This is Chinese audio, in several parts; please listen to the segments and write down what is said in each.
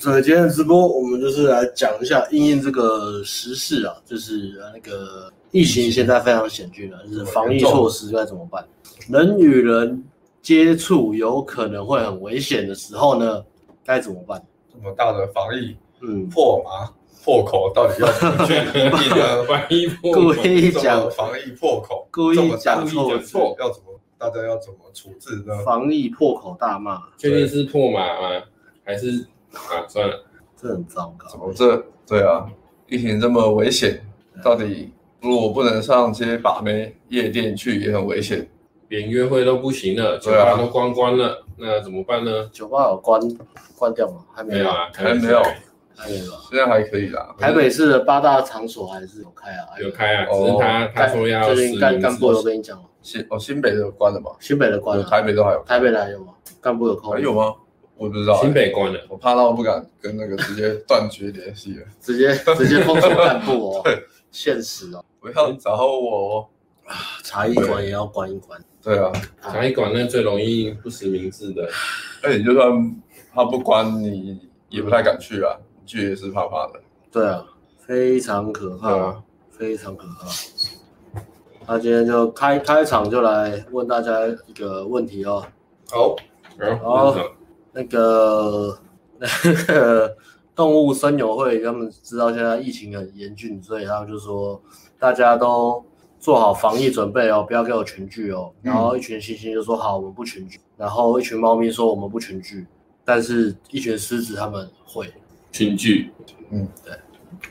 所以今天的直播，我们就是来讲一下应应这个时事啊，就是呃那个疫情现在非常险峻了，就是防疫措施该怎么办？人与人接触有可能会很危险的时候呢，该怎么办？这么大的防疫嗯，破麻破口，到底要怎么去应呢？万 一破故门意这讲么防疫破口，故这意么大讲的错故意讲字，错要怎么大家要怎么处置呢？防疫破口大骂，确定是破马吗？还是啊？算了，这很糟糕。怎么这对啊？疫情这么危险，到底如果不能上街把妹、夜店去也很危险。连约会都不行了，酒对啊吧都关关了，那怎么办呢？酒吧有关关掉吗？还没没有，啊，哎还没有还没有吧。现在还可以啦，台北市的八大场所还是有开啊，还有开啊，只哦是他他干说要最实近干名干部有啊制，跟你讲吗？新哦新北的关了吧？新北的关啊有了、台北都还有，台北的还有吗？干部有空哎还有吗？我不知道、新北关了，我怕到不敢跟那个直接断绝联系了。，直接直接封锁干部哦对，现实哦，不要找我哦。茶艺馆也要关一关。对啊，茶艺馆那最容易不实名制的，而且就算他不关你，也不太敢去啊，去也是怕怕的。对啊，非常可怕，对啊非常可怕。那今天就开开场就来问大家一个问题哦，好，然好后是什么那个那个动物森友会，他们知道现在疫情很严峻，所以他们就说大家都做好防疫准备哦，不要给我群聚哦。然后一群猩猩就说好，我们不群聚。然后一群猫咪说我们不群聚，但是一群狮子他们会。群聚，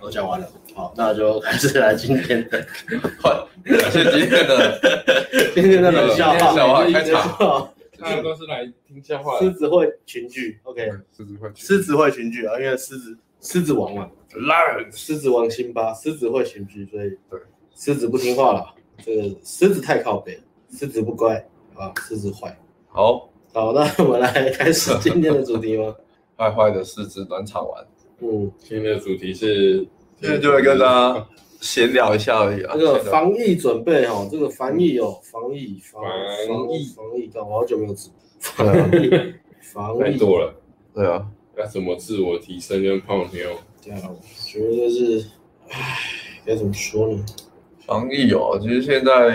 我讲完了，好，那就开始来今天的感谢今天的今天的冷笑笑话。话开没场，错大家都是来听笑话狮的，子会群聚，OK，狮子会去狮子会群聚啊，因为狮子狮子王嘛。烂。狮子王辛巴，狮子会群居，所以对狮子不听话了。这个狮子太靠北了，狮子不乖啊，狮子坏。好，好，那我们来开始今天的主题 吗？坏坏的狮子暖场完，嗯，今天的主题是，现在就来跟大家闲聊一下而已啊。那个闲聊防疫准备哦，这个防疫嗯哦，防疫防防疫防疫，干我好久没有直播对啊防疫防太疫，多了，对啊，要怎么自我提升跟泡妞？对啊，我觉得就是，唉，该怎么说呢？防疫哦，其实现在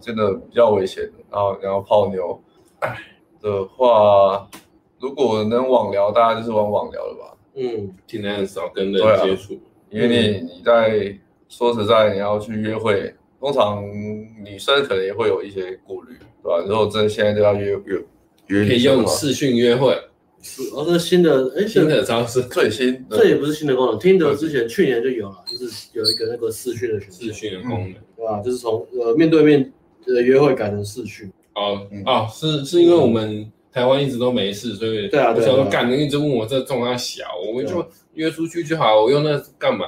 真的比较危险。然后，然后泡妞的话，如果能网聊，大家就是玩网聊了吧？嗯，尽量少跟人对啊接触，因为你你在说实在，你要去约会，通常女生可能也会有一些顾虑，对吧？如果真的现在就要约约约可女以生用嘛，视讯约会，是，哦，这新的，哎，这新的招式，最新的这也不是新的功能，Tinder 之前去年就有了，就是有一个那个视讯的选项视。讯的功能。对吧、就是从呃面对面呃约会改成视讯，哦嗯哦，是是因为我们台湾一直都没事，所以对啊我对啊想对说啊干，你一直问我这重啊小，我们对啊就约出去就好，我用那干嘛？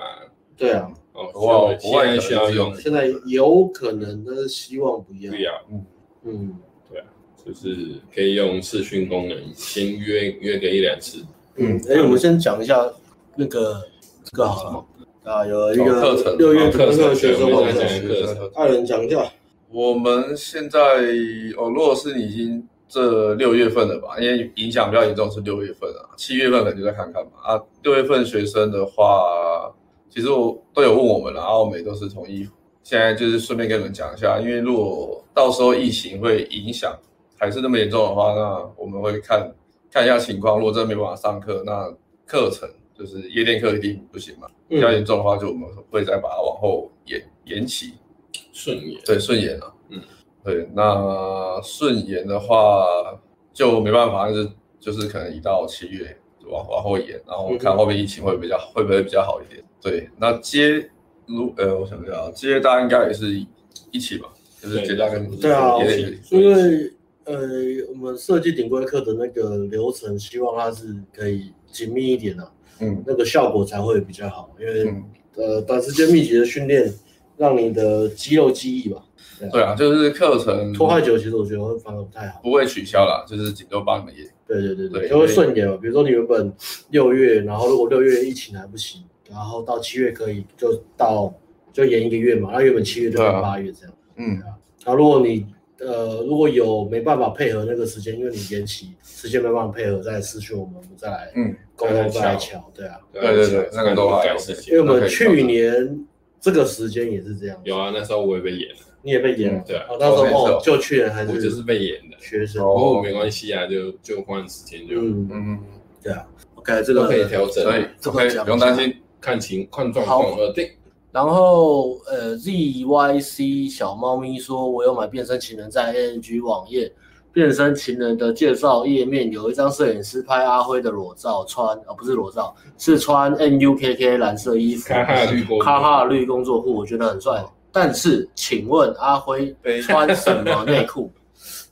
对啊，哦，国外所国以我外现在需可要能是用，现在有可能，但是希望不要不。要，嗯就是可以用视讯功能，先约约个一两次。嗯嗯，哎、我们先讲一下那个这个好了啊，有一个哦课程六月哦课程的学生对我网们在讲站，一个艾伦讲一下，我们现在哦，如果是你已经这六月份了吧，因为影响比较严重是六月份啊，七月份可能就再看看吧。啊，六月份学生的话，其实我都有问我们了，然后我们也都是同意。现在就是顺便跟你们讲一下，因为如果到时候疫情会影响还是那么严重的话，那我们会看看一下情况。如果真的没办法上课，那课程就是夜店课一定不行嘛。比较嗯，严重的话，就我们会再把它往后延延期。顺眼，对，顺延啊，嗯，对，那顺延的话就没办法，就是就是可能移到七月往往后延，然后我们嗯看哼后面疫情会比较会不会比较好一点。对，那接如呃，我想一下啊，接大家应该也是一起吧，就是对接大跟对啊也也因为呃我们设计顶规课的那个流程，希望它是可以紧密一点的、啊，嗯那个效果才会比较好，因为、嗯，呃短时间密集的训练，让你的肌肉记忆吧。对啊，就是课程嗯拖太久，其实我觉得会反而不太好。不会取消啦，就是顶多帮你们延。对对对对，对就会顺延嘛。比如说你原本六月，然后如果六月疫情还不行，然后到七月可以，就到就延一个月嘛。那原本七月就到对啊八月这样。嗯，然后如果你呃，如果有没办法配合那个时间，因为你延期时间没办法配合，再私讯我们，我们再来嗯，沟通再再来来瞧瞧，对嗯啊，对对对那个都还改好事因情为我们那可以去年这个时间也是这样，有啊，那时候我也被演了，你也被延了嗯，对啊哦，那时我也是候哦哦，就去年还我就是是被演的，学生，不哦过没关系啊，就就换时间就嗯，嗯，对啊，OK，这哦都个可以调整啊，所以这个 OK，讲不用担心，看情看状好况而呃定。然后呃，ZYC 小猫咪说，我有买变身情人在 ANG 网页变身情人的介绍页面，有一张摄影师拍阿辉的裸照，穿啊不是裸照，是穿 NUKK 蓝色衣服，卡哈绿锅，卡哈绿工作裤，我觉得很帅。但是，请问阿辉背穿什么内裤？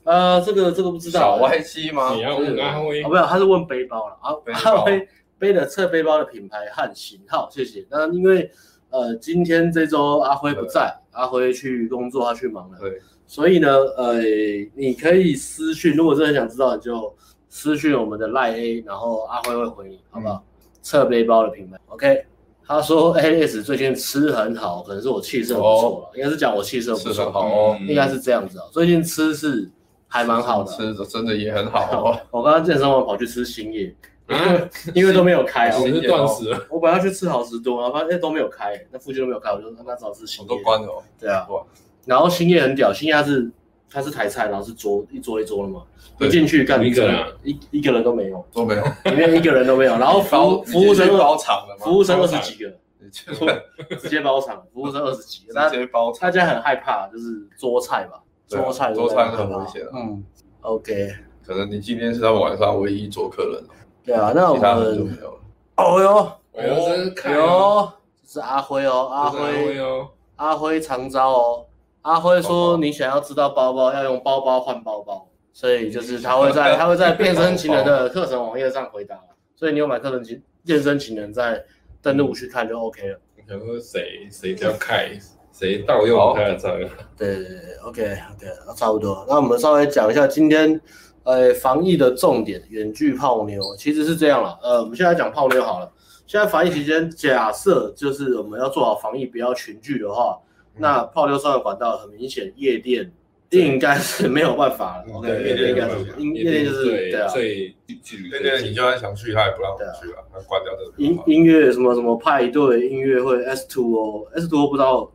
呃，这个这个不知小道。歪七吗你？要问阿辉啊，，没有，他是问背包了啊背，包他会背的侧背包的品牌和型号，谢谢。那因为呃，今天这周阿辉不在，阿辉去工作，他去忙了，对，所以呢，呃，你可以私讯，如果真的想知道，你就私讯我们的赖 A，然后阿辉会回你，好不嗯好？侧背包的品牌，OK。他说 Alex 最近吃很好，可能是我气色不错了，应该是讲我气色不是哦很错，好哦，嗯应该是这样子啊。最近吃是还蛮好的，吃的真的也很好 哦。嗯我刚刚健身完跑去吃兴业，啊 因为都没有开啊我。是断食了，我本来要去吃好吃多，然后发现哎都没有开，那附近都没有开，我就那找吃兴我业都。关了哦，对啊哇，然后兴业很屌，兴业它是它是台菜，然后是桌一桌一桌的嘛，对一进去干一个人人一一个人都没有，都没有。里面一个人都 没有，然后服务包服务生你直接包二场了吗？服务生二十几个，你直服务直接包场，服务生二十几 个，大家接包场，大家很害怕，就是桌菜吧，对啊桌菜桌菜是很吧危险的啊嗯，OK，可能你今天是他们晚上唯一一桌客人，哦对啊，那我其他人就们没有了。哦哟。哎呦，真是看有，哦，这是阿辉哦，阿这是阿辉，哦，阿辉常招哦。阿辉包包说，你想要知道包包，要用包包换包包，所以就是他会 在他会在变身情人的课程网页上回答，所以你有买课程情健身情人在登录去看就 OK 了。我想说谁谁叫凯，谁盗用他的账号？对对对，OK OK，那差不多。那我们稍微讲一下今天，呃，防疫的重点，远距泡妞其实是这样了。呃，我们现在讲泡妞好了。现在防疫期间，假设就是我们要做好防疫，不要群聚的话，那泡妞上的管道很明显，夜店应该是没有办法了。OK，对夜店应该没有是办，法应夜夜店就是最对啊，最距离对最对，你近，就算想去，他也不让我们去啊了，他关掉这个地音方。音乐什么什么派对音乐会 S Two O S Two O 不知道，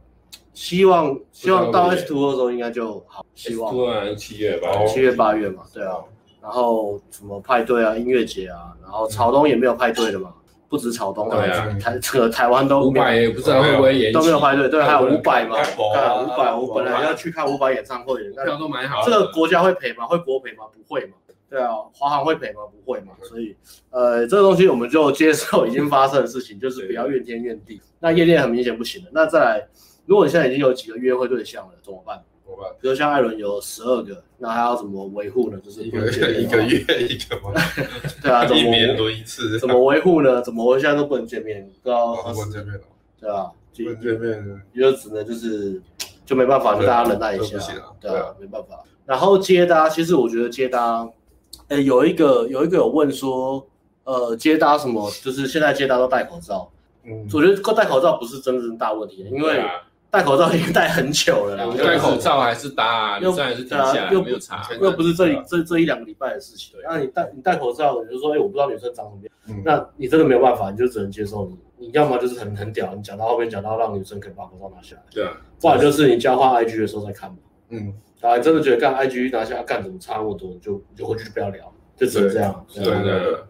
希望希望到不知道会 S Two O 的时候应该就好，希望。突然七月吧，哦七月八月嘛，对啊，然后什么派对啊、音乐节啊，然后草东也没有派对的嘛，不止草东对啊台整个台湾都五没有百也不知道会不会延期，都没有派对，对，还有五百嘛，看博啊看五百，我本来看博啊要去看五百演唱会的，票那都买好了，这个国家会赔吗？会国赔吗？不会嘛，对啊，华航会赔吗？不会嘛，所以呃，这个东西我们就接受已经发生的事情，就是不要怨天怨地。那夜店很明显不行了，那再来，如果你现在已经有几个约会对象了，怎么办？怎么办？比如像艾伦有十二个，那还要怎么维护呢？就是一不个能见面一嘛个月一个吗？对啊，怎一年么轮一次，怎么维护呢？怎么我现在都不能见面，不知道何哦问时见面了？对啊，就问见面，就只能就是就没办法，就对啊大家忍耐一这下不行啊，对对啊啊，没办法。然后接搭，其实我觉得接搭，呃，有一个有一个有问说，呃，接搭什么？就是现在接搭都戴口罩，嗯，我觉得戴口罩不是真正大问题，因对为啊戴口罩已经戴很久了啦，啊我我们觉得戴口罩还是搭，你又虽然是停对啊下来又没有查，又不是这对里啊这这一两个礼拜的事情。那你戴你戴口罩，你就说，哎、我不知道女生长什么样，嗯那你真的没有办法，你就只能接受你，你要么就是很很屌，你讲到后面讲到让女生可以把口罩拿下来，对啊，不然就是你交换 IG 的时候再看嘛。嗯，啊，你真的觉得干 IG 拿下干怎么差那么多，你就你就回去就不要聊，就只能这样。对对啊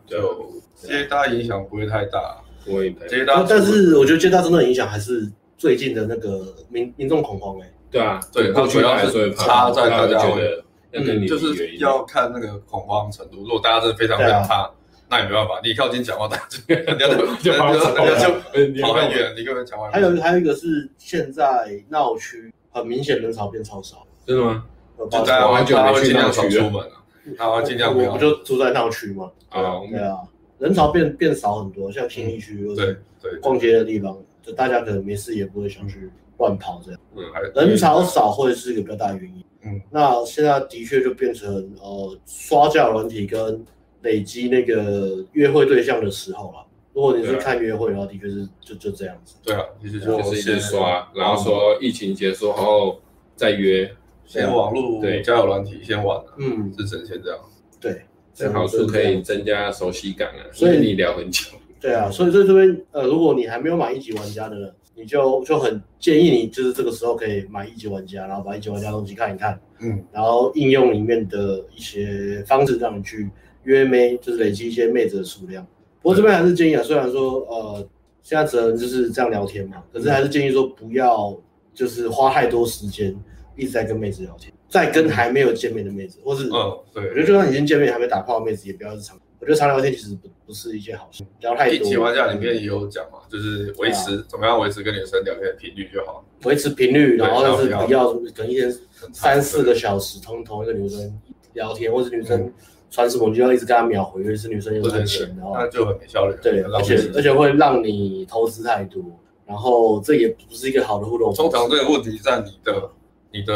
对就接搭影响不会太大，所以对接搭但是我觉得接大真的影响还是最近的那个民民众恐慌哎、对啊，对过它去主要还会是怕差在大家会会觉得要跟嗯你就离远是一点要看那个恐慌程度。如果大家真的非常非啊常怕，那也没办法，你靠近讲话，大家 就人家就就跑走了人家就呃你跑很远，你根本讲话还有还有一个是现在闹区很明显人潮变超少，真的吗？呃就包大括家我会很久大家没会去尽量闹少区了出门啊，大家会尽量不我要不。就住在闹区吗？啊，我对们啊，人潮变变少很多，像新义区或对者对，逛街的地方，就大家可能没事也不会想去乱跑这样。嗯还人潮少会是一个比较大的原因。嗯，那现在的确就变成呃刷价软体跟累积那个约会对象的时候了。如果你是对啊看约会的话，的确是就就这样子。对啊，其实就就是一嗯现直在刷，然后说疫情结束后再约，先网络对交友软体先玩啊，嗯，是整先这样。对，这好处可以增加熟悉感啊，所以因为你聊很久，对啊，所以在这边呃，如果你还没有买一级玩家的呢，你就就很建议你就是这个时候可以买一级玩家，然后把一级玩家的东西看一看，嗯，然后应用里面的一些方式让你去约妹，就是累积一些妹子的数量。不过这边还是建议啊，虽然说呃现在只能就是这样聊天嘛，可是还是建议说不要就是花太多时间一直在跟妹子聊天，在跟还没有见面的妹子，或是嗯，我觉对。得就算已经见面还没打炮的妹子，也不要日常。我觉得常聊天其实不不是一件好事，聊太一多。啊级玩家里面也有讲嘛，就是维持怎么样维持跟女生聊天的频率就好。维持频率，然后但是对不要可能一天很长三四个小时同同一个女生聊天，或是女嗯生传什么你就要一直跟她秒回，尤其是女生又对对很闲对，的话那，就很没效率。对，浪而且费时而间。且会让你投资太多，然后这也不是一个好的互动通方式。常这个问题在你的你的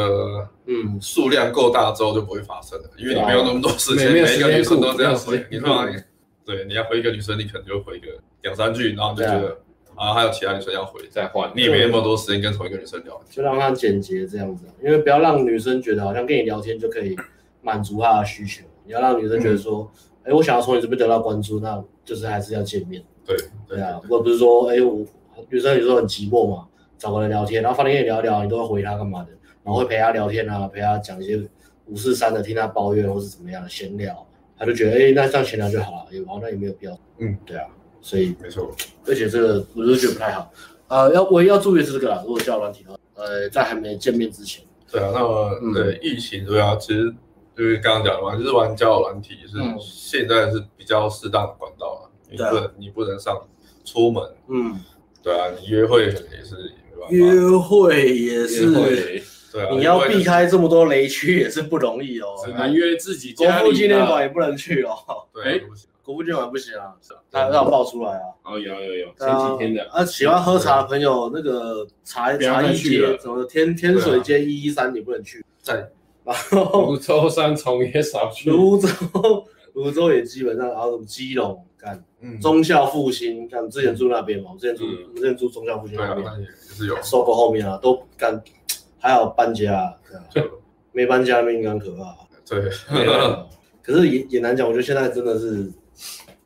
嗯，数量够大之后就不会发生了，因为你对啊没有那么多时间，没有每一个女时间生顾都这样没回有时，间你顾通常对你要回一个女生，你可能就回个两三句，然后你就觉得啊还有其他女生要回，再换你也没那么多时间跟同一个女生聊天。就让她简洁这样子，啊因为不要让女生觉得好像跟你聊天就可以满足她的需求，你要让女生觉得说，哎、我想要从你这边得到关注，那就是还是要见面。对对啊，我不是说，哎、我女生有时候很寂寞嘛，找个人聊天，然后饭店跟你聊一聊，你都会回她干嘛的，然后会陪她聊天啊，陪她讲一些五四三的，听她抱怨或是怎么样的闲聊，她就觉得，哎、那这样闲聊就好了，也好，那也没有必要。嗯，对啊，所以没错，而且这个我就觉得不太好，呃，要我要注意是这个啦，如果交友软体的话，呃，在还没见面之前，对啊，那么嗯对疫情对啊，其实就是刚刚讲的嘛，就是玩交友软体是嗯现在是比较适当的管道了，你不对啊能你不能上出门，嗯，对啊，你约会也是没办法，会也约会，哦对啊，你要因为避开这么多雷区也是不容易哦，只能约自己国家里父的纪念馆也不能去哦。对哎啊，不行国父纪念馆不行啊，那那我爆出来啊！哦，有有有，对前啊几天的，啊，喜欢喝茶的朋友，那个茶不要茶再艺去街了啊什么天天水街一一三你不能去，在然后泸州三重也少去，泸州泸州也基本上，然后什么基隆干嗯忠孝复兴干，之前住那边嘛，我之前住嗯我之前住忠孝复兴对那啊，边那也是有，SOGO 后面啊都干，还好搬家啊，对啊就没搬家那边更可怕啊。对，对啊可是也也难讲，我觉得现在真的是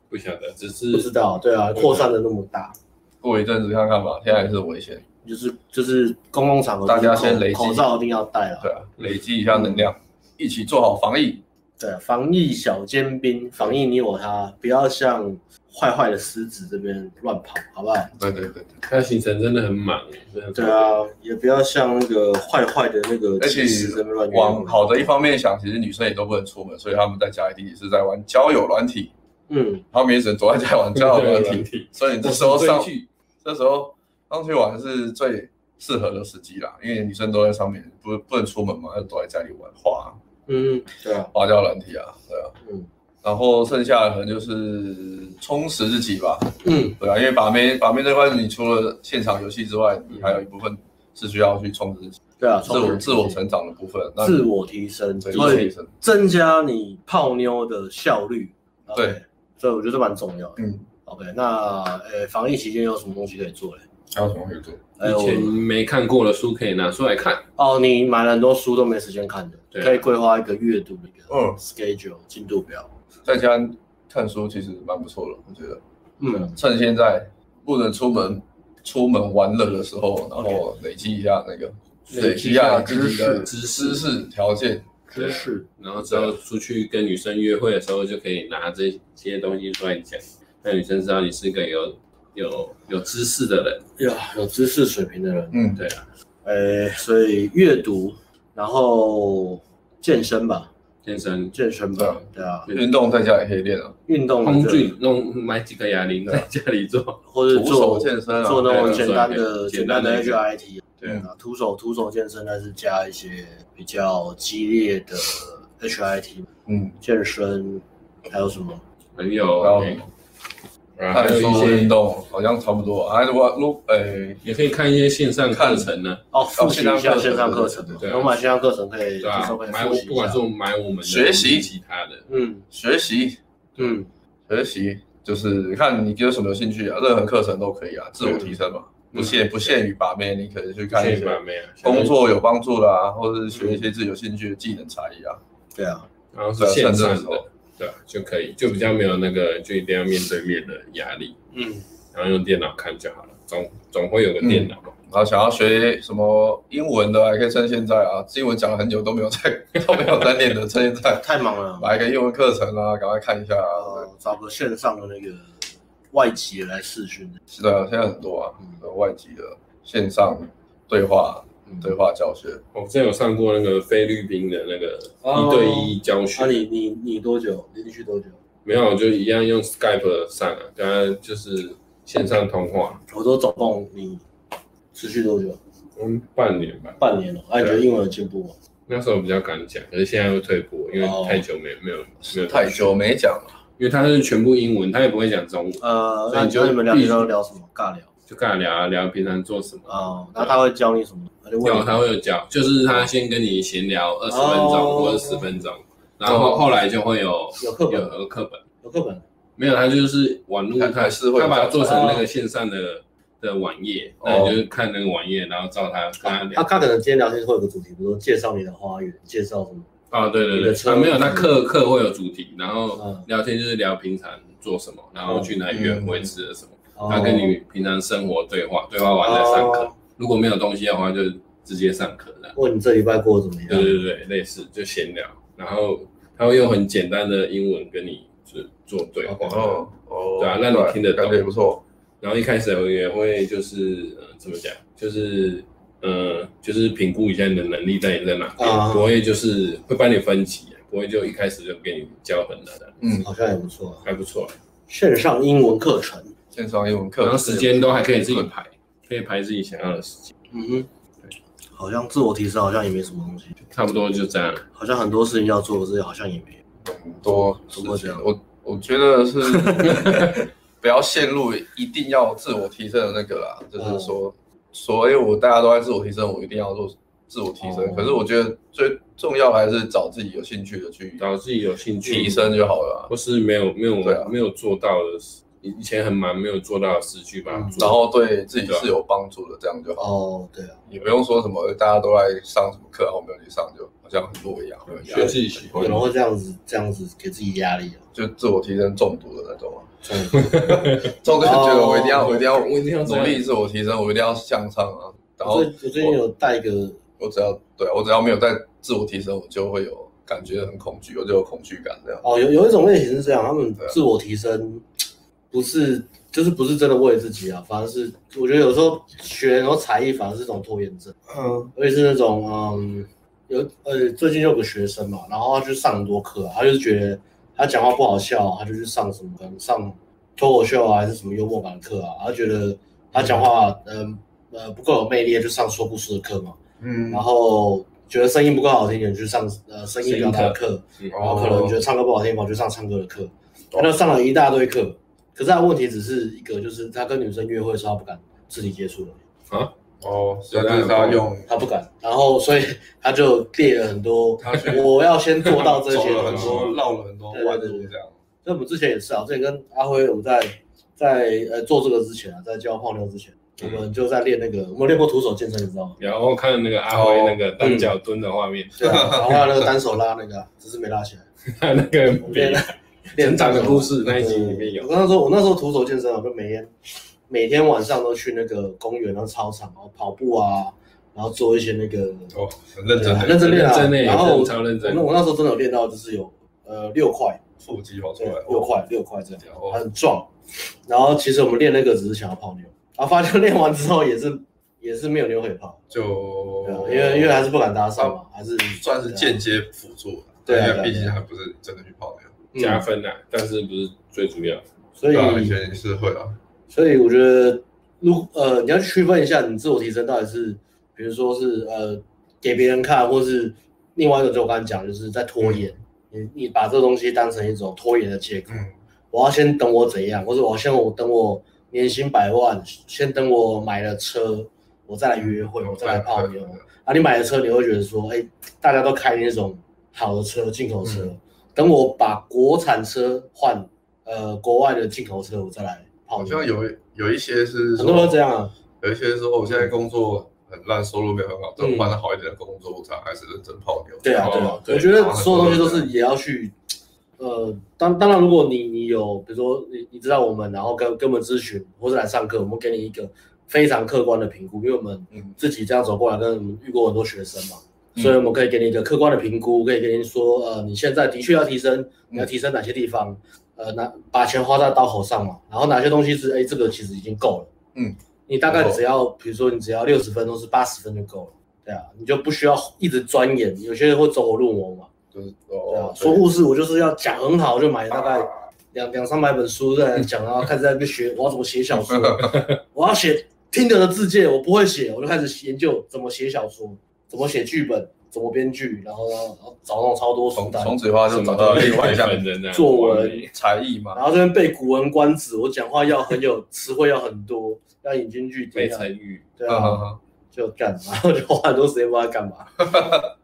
不晓得，只不知是道，对啊，扩散的那么大，过一阵子看看吧，现在还是危险，就是就是公共场合，大家先累积口罩一定要戴啊对。啊，累积一下能量，一起做好防疫。对，啊防疫小尖兵，防疫你我他，不要像坏坏的狮子这边乱跑，好不好？对对对，对他行程真的很满，真的很对啊，也不要像那个坏坏的那个而且骑士这边乱约往好的一方面想，其实女生也都不能出门，所以她们在家一定也是在玩交友软体，嗯，她们也只能躲在家玩交交友友软软体。体，所以你这时候上追剧，这时候上去玩是最适合的时机啦，因为女生都在上面，不不能出门嘛，就躲在家里玩花嗯，对啊，花椒软体啊，对啊。嗯然后剩下的可能就是充实自己吧，嗯，对啊，因为把妹把妹这块，你除了现场游戏之外，你还有一部分是需要去充实自己对啊，自我自我成长的部分。啊那自我提升，所对自我提以升增加你泡妞的效率。对 OK，所以我觉得这蛮重要的。嗯， OK，那呃，防疫期间有什么东西可以做嘞？还有什么可以做？哎以前我没看过的书可以拿出来看，哦，你买了很多书都没时间看的，对啊可以规划一个阅读的一个嗯 schedule 进度表。在家看书其实蛮不错的，我觉得。嗯，趁现在不能出门，出门玩乐的时候，然后累积一下那个，累累积积一一下下知自识己的知识知识条件。知识。然后之后出去跟女生约会的时候，就可以拿这些东西出来讲，让女生知道你是个有有有知识的人。有有知识水平的人，嗯，对啊，呃，所以阅读，然后健身吧，健身健身吧，对啊，运动在家也可以练啊，运动工这具弄买几个哑铃在家里做，或者徒做手健身啊，做那种对简单的对简单的简 HIT，对啊，徒手徒手健身，但是加一些比较激烈的 HIT 嗯，健身，还有什么？很有然后哎然后看还有一书运些动好像差不多。啊还我如诶，也可以看一些线上课程呢，哦，复习一线上下课程线上课程嘛，对对我买线上课程可以，对就吧是可以？买复我习不一管下是。我买我们的学习我们其他的，嗯学习嗯，学习就是看你有什么兴趣啊，任何课程都可以啊，自我提升嘛。嗯不限不限于把妹，你可能去看一去些把妹啊，嗯工作有帮助的啊，或者是学一些自己有兴趣的技能才艺啊。对啊，然后对是啊趁线这个上时的候，对啊，就可以，就比较没有那个就一定要面对面的压力，嗯，然后用电脑看就好了，总总会有个电脑嘛。然后想要学什么英文的啊，还可以趁现在啊，英文讲了很久都没有在 都没有在练的，趁现在太忙了，买一个英文课程啊，赶快看一下啊。哦呃，找个线上的那个外籍来试训，是的，现在很多啊，有外籍的线上对话嗯对话教学，我哦之前有上过那个菲律宾的那个哦一对一教学，那、你你你多久？连续多久？没有，我就一样用 Skype 上啊，当然就是线上通话，我说总共你持续多久？嗯，半年吧。半年了。哎、啊，你觉得英文有进步吗？那时候比较敢讲，可是现在又退步，因哦为太久没有没有没有太久，没讲了，因为他是全部英文，他也不会讲中文，呃，所以那你就那你们聊必须天都聊什么？尬聊就跟他聊啊聊平常做什么。啊？那、他会教你什么？他就问有，你。他会有讲，就是他先跟你闲聊二十分钟哦或者十分钟，然后后来就会有有课本有课本，有课本没有他就是网络，还他还是会有他把它教材做成那个线上的的网页，哦那你就是看那个网页，然后照他跟他他聊。他可能今天聊天会有个主题，比如说介绍你的花园，介绍什么？啊，对对你的对，车他没有，他课课会有主题，然后嗯聊天就是聊平常做什么，然后去哪里约会吃了什么，哦他跟你平常生活对话，对话完再上课哦。如果没有东西的话，就直接上课的。问你这礼拜过得怎么样？对对对，类似就闲聊，然后他会用很简单的英文跟你做做对话，哦哦对啊那你听得懂感觉也不错，然后一开始我也会就是呃怎么讲，就是呃就是评估一下你的能力到底在哪边，啊不会就是会帮你分级，不会就一开始就给你教很难的，嗯，好像也不错啊。还不错，线上英文课程，线上英文课，然后时间都还可以自己排，可以排自己想要的时间，嗯哼，好像自我提升好像也没什么东西，差不多就这样。好像很多事情要做，可是好像也没有。很多事不过这情样，我我觉得是 不要陷入一定要自我提升的那个哦啦，就是说，所以我大家都在自我提升，我一定要做自我提哦升。可是我觉得最重要还是找自己有兴趣的去找自己嗯有兴趣提升就好了啊，或是没有没有、对啊没有做到的事，以以前很忙没有做到的事去把它做然后对自己对啊是有帮助的，这样就好。哦，对啊，也不用说什么大家都在上什么课，然后我没有去上，就好像很弱一样，没有学压力自己喜有欢的。人会这样子这样子给自己压 力啊。就自我提升中毒的那种啊。这样中毒就觉得我一定要，哦我一定要，我一定要这努样力自我提升，我一定要向上啊。然后我最我最近有带一个我只要对我只要没有在自我提升，我就会有感觉很恐惧，我就有恐惧感这样。哦，有有一种类型是这样，他们对啊自我提升不是就是不是真的为自己啊，反而是我觉得有时候学然后才艺反而是一种拖延症，呃嗯，而且是那种嗯有呃最近有个学生嘛，然后他去上很多课啊、他就是觉得他讲话不好笑、啊他就去上什么可能上脱口秀啊还是什么幽默感的课啊，他觉得他讲话嗯呃不够有魅力，就上说故事的课嘛，嗯然后觉得声音不够好听，就去上呃声音表达的课。然后可能觉得唱歌不好听，我就上唱歌的课，他就上了一大堆课。可是他的问题只是一个，就是他跟女生约会的时候他不敢肢体接触了，哦，所以就是他用他不敢，然后所以他就列了很多他去， 我要先做到这 走些了很东西。多绕了很多弯路这样。那我们之前也是啊，我之前跟阿辉我们在在呃做这个之前啊，在教泡妞之前，我们就在练那个，我们练过徒手健身，你知道吗？然后看那个阿辉那个单脚蹲的画面， 对啊，然后还有那个单手拉那个啊，只是没拉起来。他那个练脸成长的故事那一集里面我有，刚刚说，我哦那时候徒手健身啊，我就每天每天晚上都去那个公园，然后操场，然后跑步啊，然后做一些那个哦，很认真对啊的认真练啊。认真欸然后真超认真我那我那时候真的有练到，就是有呃六块，腹肌跑出对来，，六块六块这样，哦，很壮。然后其实我们练那个只是想要泡妞，然后发现练完之后也是也是没有妞可以泡，就对啊因为因为还是不敢搭讪嘛，还是啊算是间接辅助，对啊对因啊为毕竟还不是真的去泡妞，对啊加嗯分啊，但是不是最主要。所以对啊，以前也是会啊，所以我觉得，如呃，你要区分一下你自我提升到底是，比如说是呃给别人看，或是另外一个就我刚才讲，就是在拖延，你你把这东西当成一种拖延的借口，嗯，我要先等我怎样，或者我要先我等我年薪百万，先等我买了车，我再来约会，我再来泡妞。嗯啊，你买了车，你会觉得说，哎、大家都开那种好的车，进口车，等我把国产车换呃国外的进口车，我再来泡好妞。像有有一些是很多人说都这样啊。有一些人说哦我现在工作很烂，收入没有很好，等我换到好一点的工作，我才开始认真泡妞。嗯对啊，对啊哦，对我觉得所有东西都是也要去，呃，当当然，如果你你有，比如说你你知道我们，然后跟跟我们咨询或是来上课，我们给你一个非常客观的评估，因为我们嗯自己这样走过来，跟我们遇过很多学生嘛，嗯所以我们可以给你一个客观的评估，可以给你说，呃，你现在的确要提升，你要提升哪些地方，呃，拿把钱花在刀口上嘛，然后哪些东西是，哎，这个其实已经够了，嗯，你大概没错只要，比如说你只要六十分或是八十分就够了。对啊，你就不需要一直钻研，有些人会走火入魔嘛。就是对啊哦，，啊说故事我就是要讲很好，就买大概两两三百本书在讲，然后开始在那边学我要怎么写小 说，我要写听的的字界，我不会写，我就开始研究怎么写小说，怎么写剧本，怎么编剧，然后然后然后找那种超多书从单，从此的话就什找么到都另外一项本人的作文才艺嘛然。后这边背《古文观止》，我讲话要很 有词汇，要很多，要引经据没典啊，成语，对嗯啊，哼就干嘛，然后就花很多时间不知道干嘛。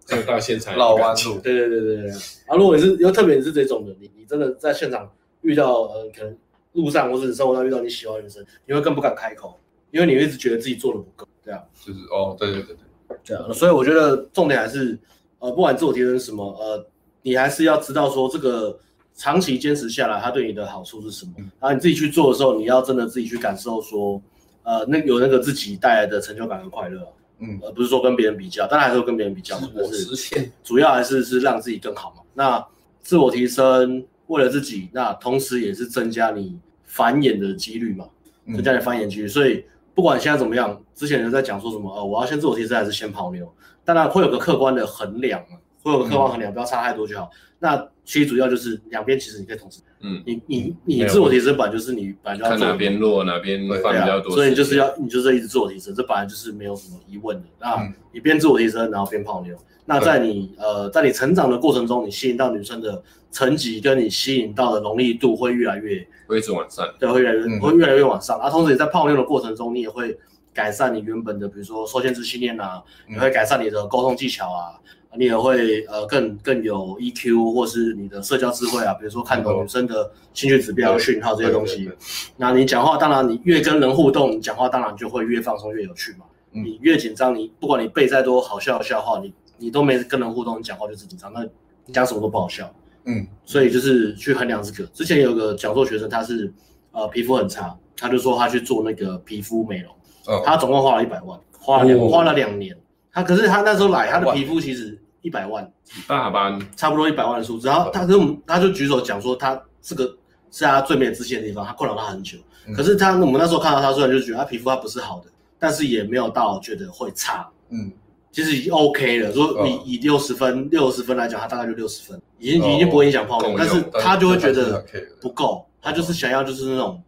这个到现场哎哼绕弯路，对对对对对。啊，如果你是，又特别你是这种人，你你真的在现场遇到，呃，可能路上或者你生活上遇到你喜欢的女生，你会更不敢开口，因为你会一直觉得自己做的不够。对啊，就是哦，对对对对，对啊。所以我觉得重点还是，呃，不管自我提升是什么，呃，你还是要知道说这个长期坚持下来，它对你的好处是什么。然后你自己去做的时候，你要真的自己去感受说，呃，那有那个自己带来的成就感和快乐啊、嗯，而不是说跟别人比较，当然还是会跟别人比较，自但我是实现，主要还是是让自己更好嘛。那自我提升，为了自己，那同时也是增加你繁衍的几率嘛，嗯增加你繁衍几率。所以不管现在怎么样，之前有人在讲说什么，呃，我要先自我提升还是先泡妞？当然会有个客观的衡量嘛，会有个客观衡量，嗯不要差太多就好。那其实主要就是两边其实你可以同时，嗯，你你你没有自我提升本来就是你本来就要看做哪边弱哪边对放对比啊较多时间，所以你就是要你就是一直自我提升，这本来就是没有什么疑问的。那嗯你边自我提升，然后边泡妞。那在你呃在你成长的过程中，你吸引到女生的层级跟你吸引到的容易度会越来越会一直往上，对，会越来越、嗯会越来越往上。啊，同时你在泡妞的过程中，你也会改善你原本的比如说受限制信念啊，嗯你会改善你的沟通技巧啊。你也会呃更更有 EQ 或是你的社交智慧啊，比如说看懂女生的兴趣指标、嗯对讯号这些东西。对对对那你讲话，当然你越跟人互动，你讲话当然就会越放松、越有趣嘛。嗯你越紧张，你不管你背再多好笑的笑话，你你都没跟人互动，你讲话就是紧张，那你讲什么都不好笑。嗯，所以就是去衡量这个。之前有个讲座学生，他是呃皮肤很差，他就说他去做那个皮肤美容，哦他总共花了一百万，花了两、哦花了两年。他可是他那时候来，他的皮肤其实一百万，大班差不多一百万的数字。然后他跟我嗯们，他就举手讲说，他这个是他最没有自信的地方，他困扰他很久。嗯可是他，我们那时候看到他，虽然就觉得他皮肤他不是好的，但是也没有到觉得会差，嗯，其实已经 OK 了。说嗯以以六十分六十分来讲，他大概就六十分，已经哦已经不会影响泡妞够，用但是他就会觉得但是嗯他不够，他就是想要就是那种。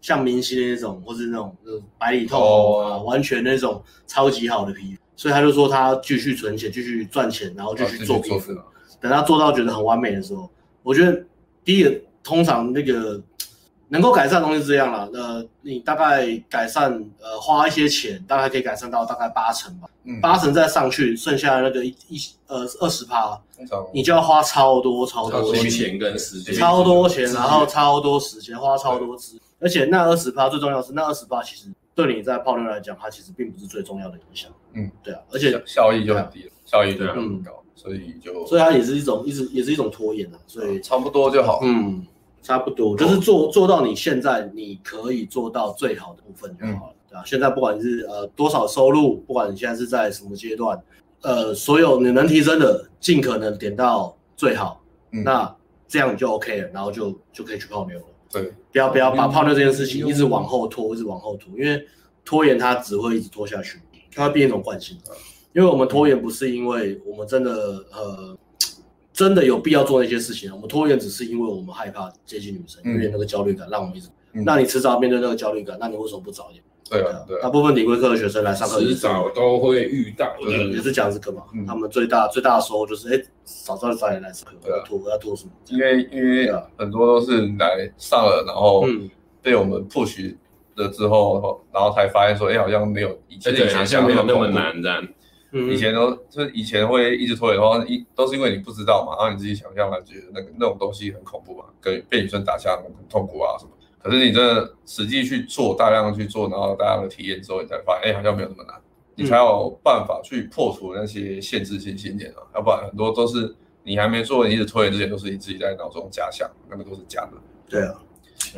像明星的那种，或是那种呃白里透哦红啊，完全那种超级好的皮肤，所以他就说他继续存钱，继续赚钱，然后继还是续做很 care 的啊继续皮这肤个。等他做到觉得很完美的时候，我觉得第一个通常那个能够改善的东西是这样啦，呃，你大概改善呃花一些钱，大概可以改善到大概八成吧，嗯，八成再上去，剩下的那个一一呃二十趴，通常你就要花超多超超多多金钱，钱跟时间，超多钱，资源然后超多时间，花超多资，而且那二十趴最重要的是那二十趴其实对你在泡妞来讲，它其实并不是最重要的影响，嗯，对啊，而且效效益就很低了，效益就对啊很高，所以就所以它也是一种一直也是一种拖延啊，所以差不多就好。嗯，差不多，就是做做到你现在你可以做到最好的部分就好了，嗯对啊，现在不管是呃多少收入，不管你现在是在什么阶段，呃，所有你能提升的，尽可能点到最好，嗯那这样你就 OK 了，然后就就可以去泡妞了。对，不要不要把泡妞这件事情嗯一直往后拖，一直往后拖，因为拖延它只会一直拖下去，它会变一种惯性。因为我们拖延不是因为我们真的呃真的有必要做那些事情，我们拖延只是因为我们害怕接近女生，嗯因为那个焦虑感让我们一直。嗯那你迟早要面对那个焦虑感，那你为什么不早一点？对啊，对大啊，部分理工科的学生来上课迟早都会遇到对也的。是讲这个嘛，嗯他们最大最大的收获就是哎、早知道就早点来上课，我对啊要拖我要拖什么？因为因为对啊很多都是来上了，然后嗯，被我们 push 了之后，然后才发现说，哎，好像没有以前对，好想像象没有那么恐怖。难，这样嗯以前都就是以前会一直拖延的话，一都是因为你不知道嘛，然后你自己想象来觉得那个那种东西很恐怖嘛，跟被女生打架很痛苦啊什么。可是你真的实际去做，大量的去做，然后大量的体验之后，你才发现，哎、好像没有那么难，你才有办法去破除那些限制性信念啊，要不然很多都是你还没做，你一直拖延，之前都是你自己在脑中假想，那个都是假的。对啊，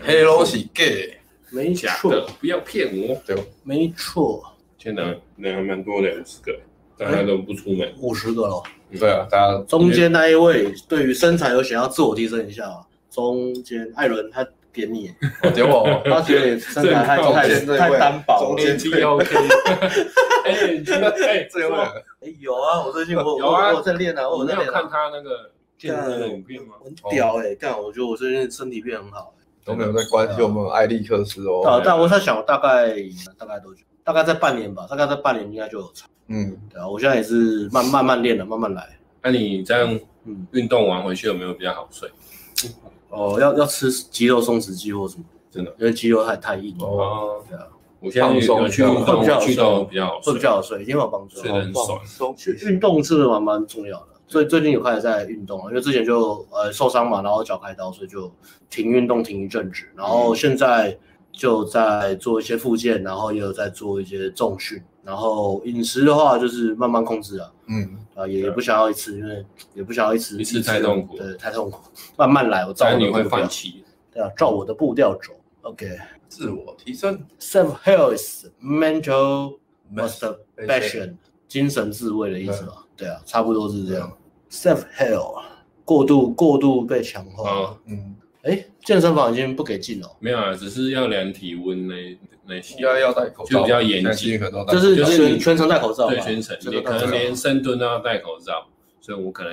黑龙是 gay，嗯没假错，的，不要骗我。对吧？没错，现在人还蛮多的，五十个，大家都不出门。五十个咯。对啊，大家中间那一位对于身材有想要自我提升一下啊，中间艾伦他点你，哦结果他觉得你身材太正靠太近这一位太单薄中了。间 T O K，哎，你哎，这位哎、有啊，我最近我 有啊我我在练啊，我我没在有练看啊，他那个健身的影片吗？我很屌哎、干，我觉得我最近身体变很好、都没有在关心我们艾利克斯啊哦，，但我在想，我大概大概多久？大概在半年吧，大概在半年应该就有差。嗯，对啊，我现在也是慢慢慢练的，慢慢来。那你这样嗯，运动完回去有没有比较好睡？哦，要要吃肌肉松弛剂或什么，真的因为肌肉太太硬了，哦哦，对啊，我现在有有去运动，我去都比较好会睡比。较好睡，一定会有帮助。啊睡得很爽，松其实运动是蛮蛮重要的，最最近有开始在运动了，因为之前就呃受伤嘛，然后脚开刀，所以就停运动停一阵子，然嗯后现在就在做一些复健，然后也有在做一些重训，然后饮食的话就是慢慢控制啊，嗯，啊也也不想要一次，因为也不想要一次一次太痛苦对，太痛苦，慢慢来，我照这我样的你会步放调，弃。对啊，照我的步调走，OK。自我提升， Self health, mental Masturbation masturbation，精神自慰的意思吧？对啊，差不多是这样。Self health，过度过度被强化哦。嗯，哎，健身房已经不给进了，没有啊，只是要量体温那那些应。该要戴口罩，就比较严谨现在进去可能都戴就口罩是就是啊全你全程戴口罩吧，对，全程，全你程可戴口能罩。连深蹲都要戴口罩，所以我可能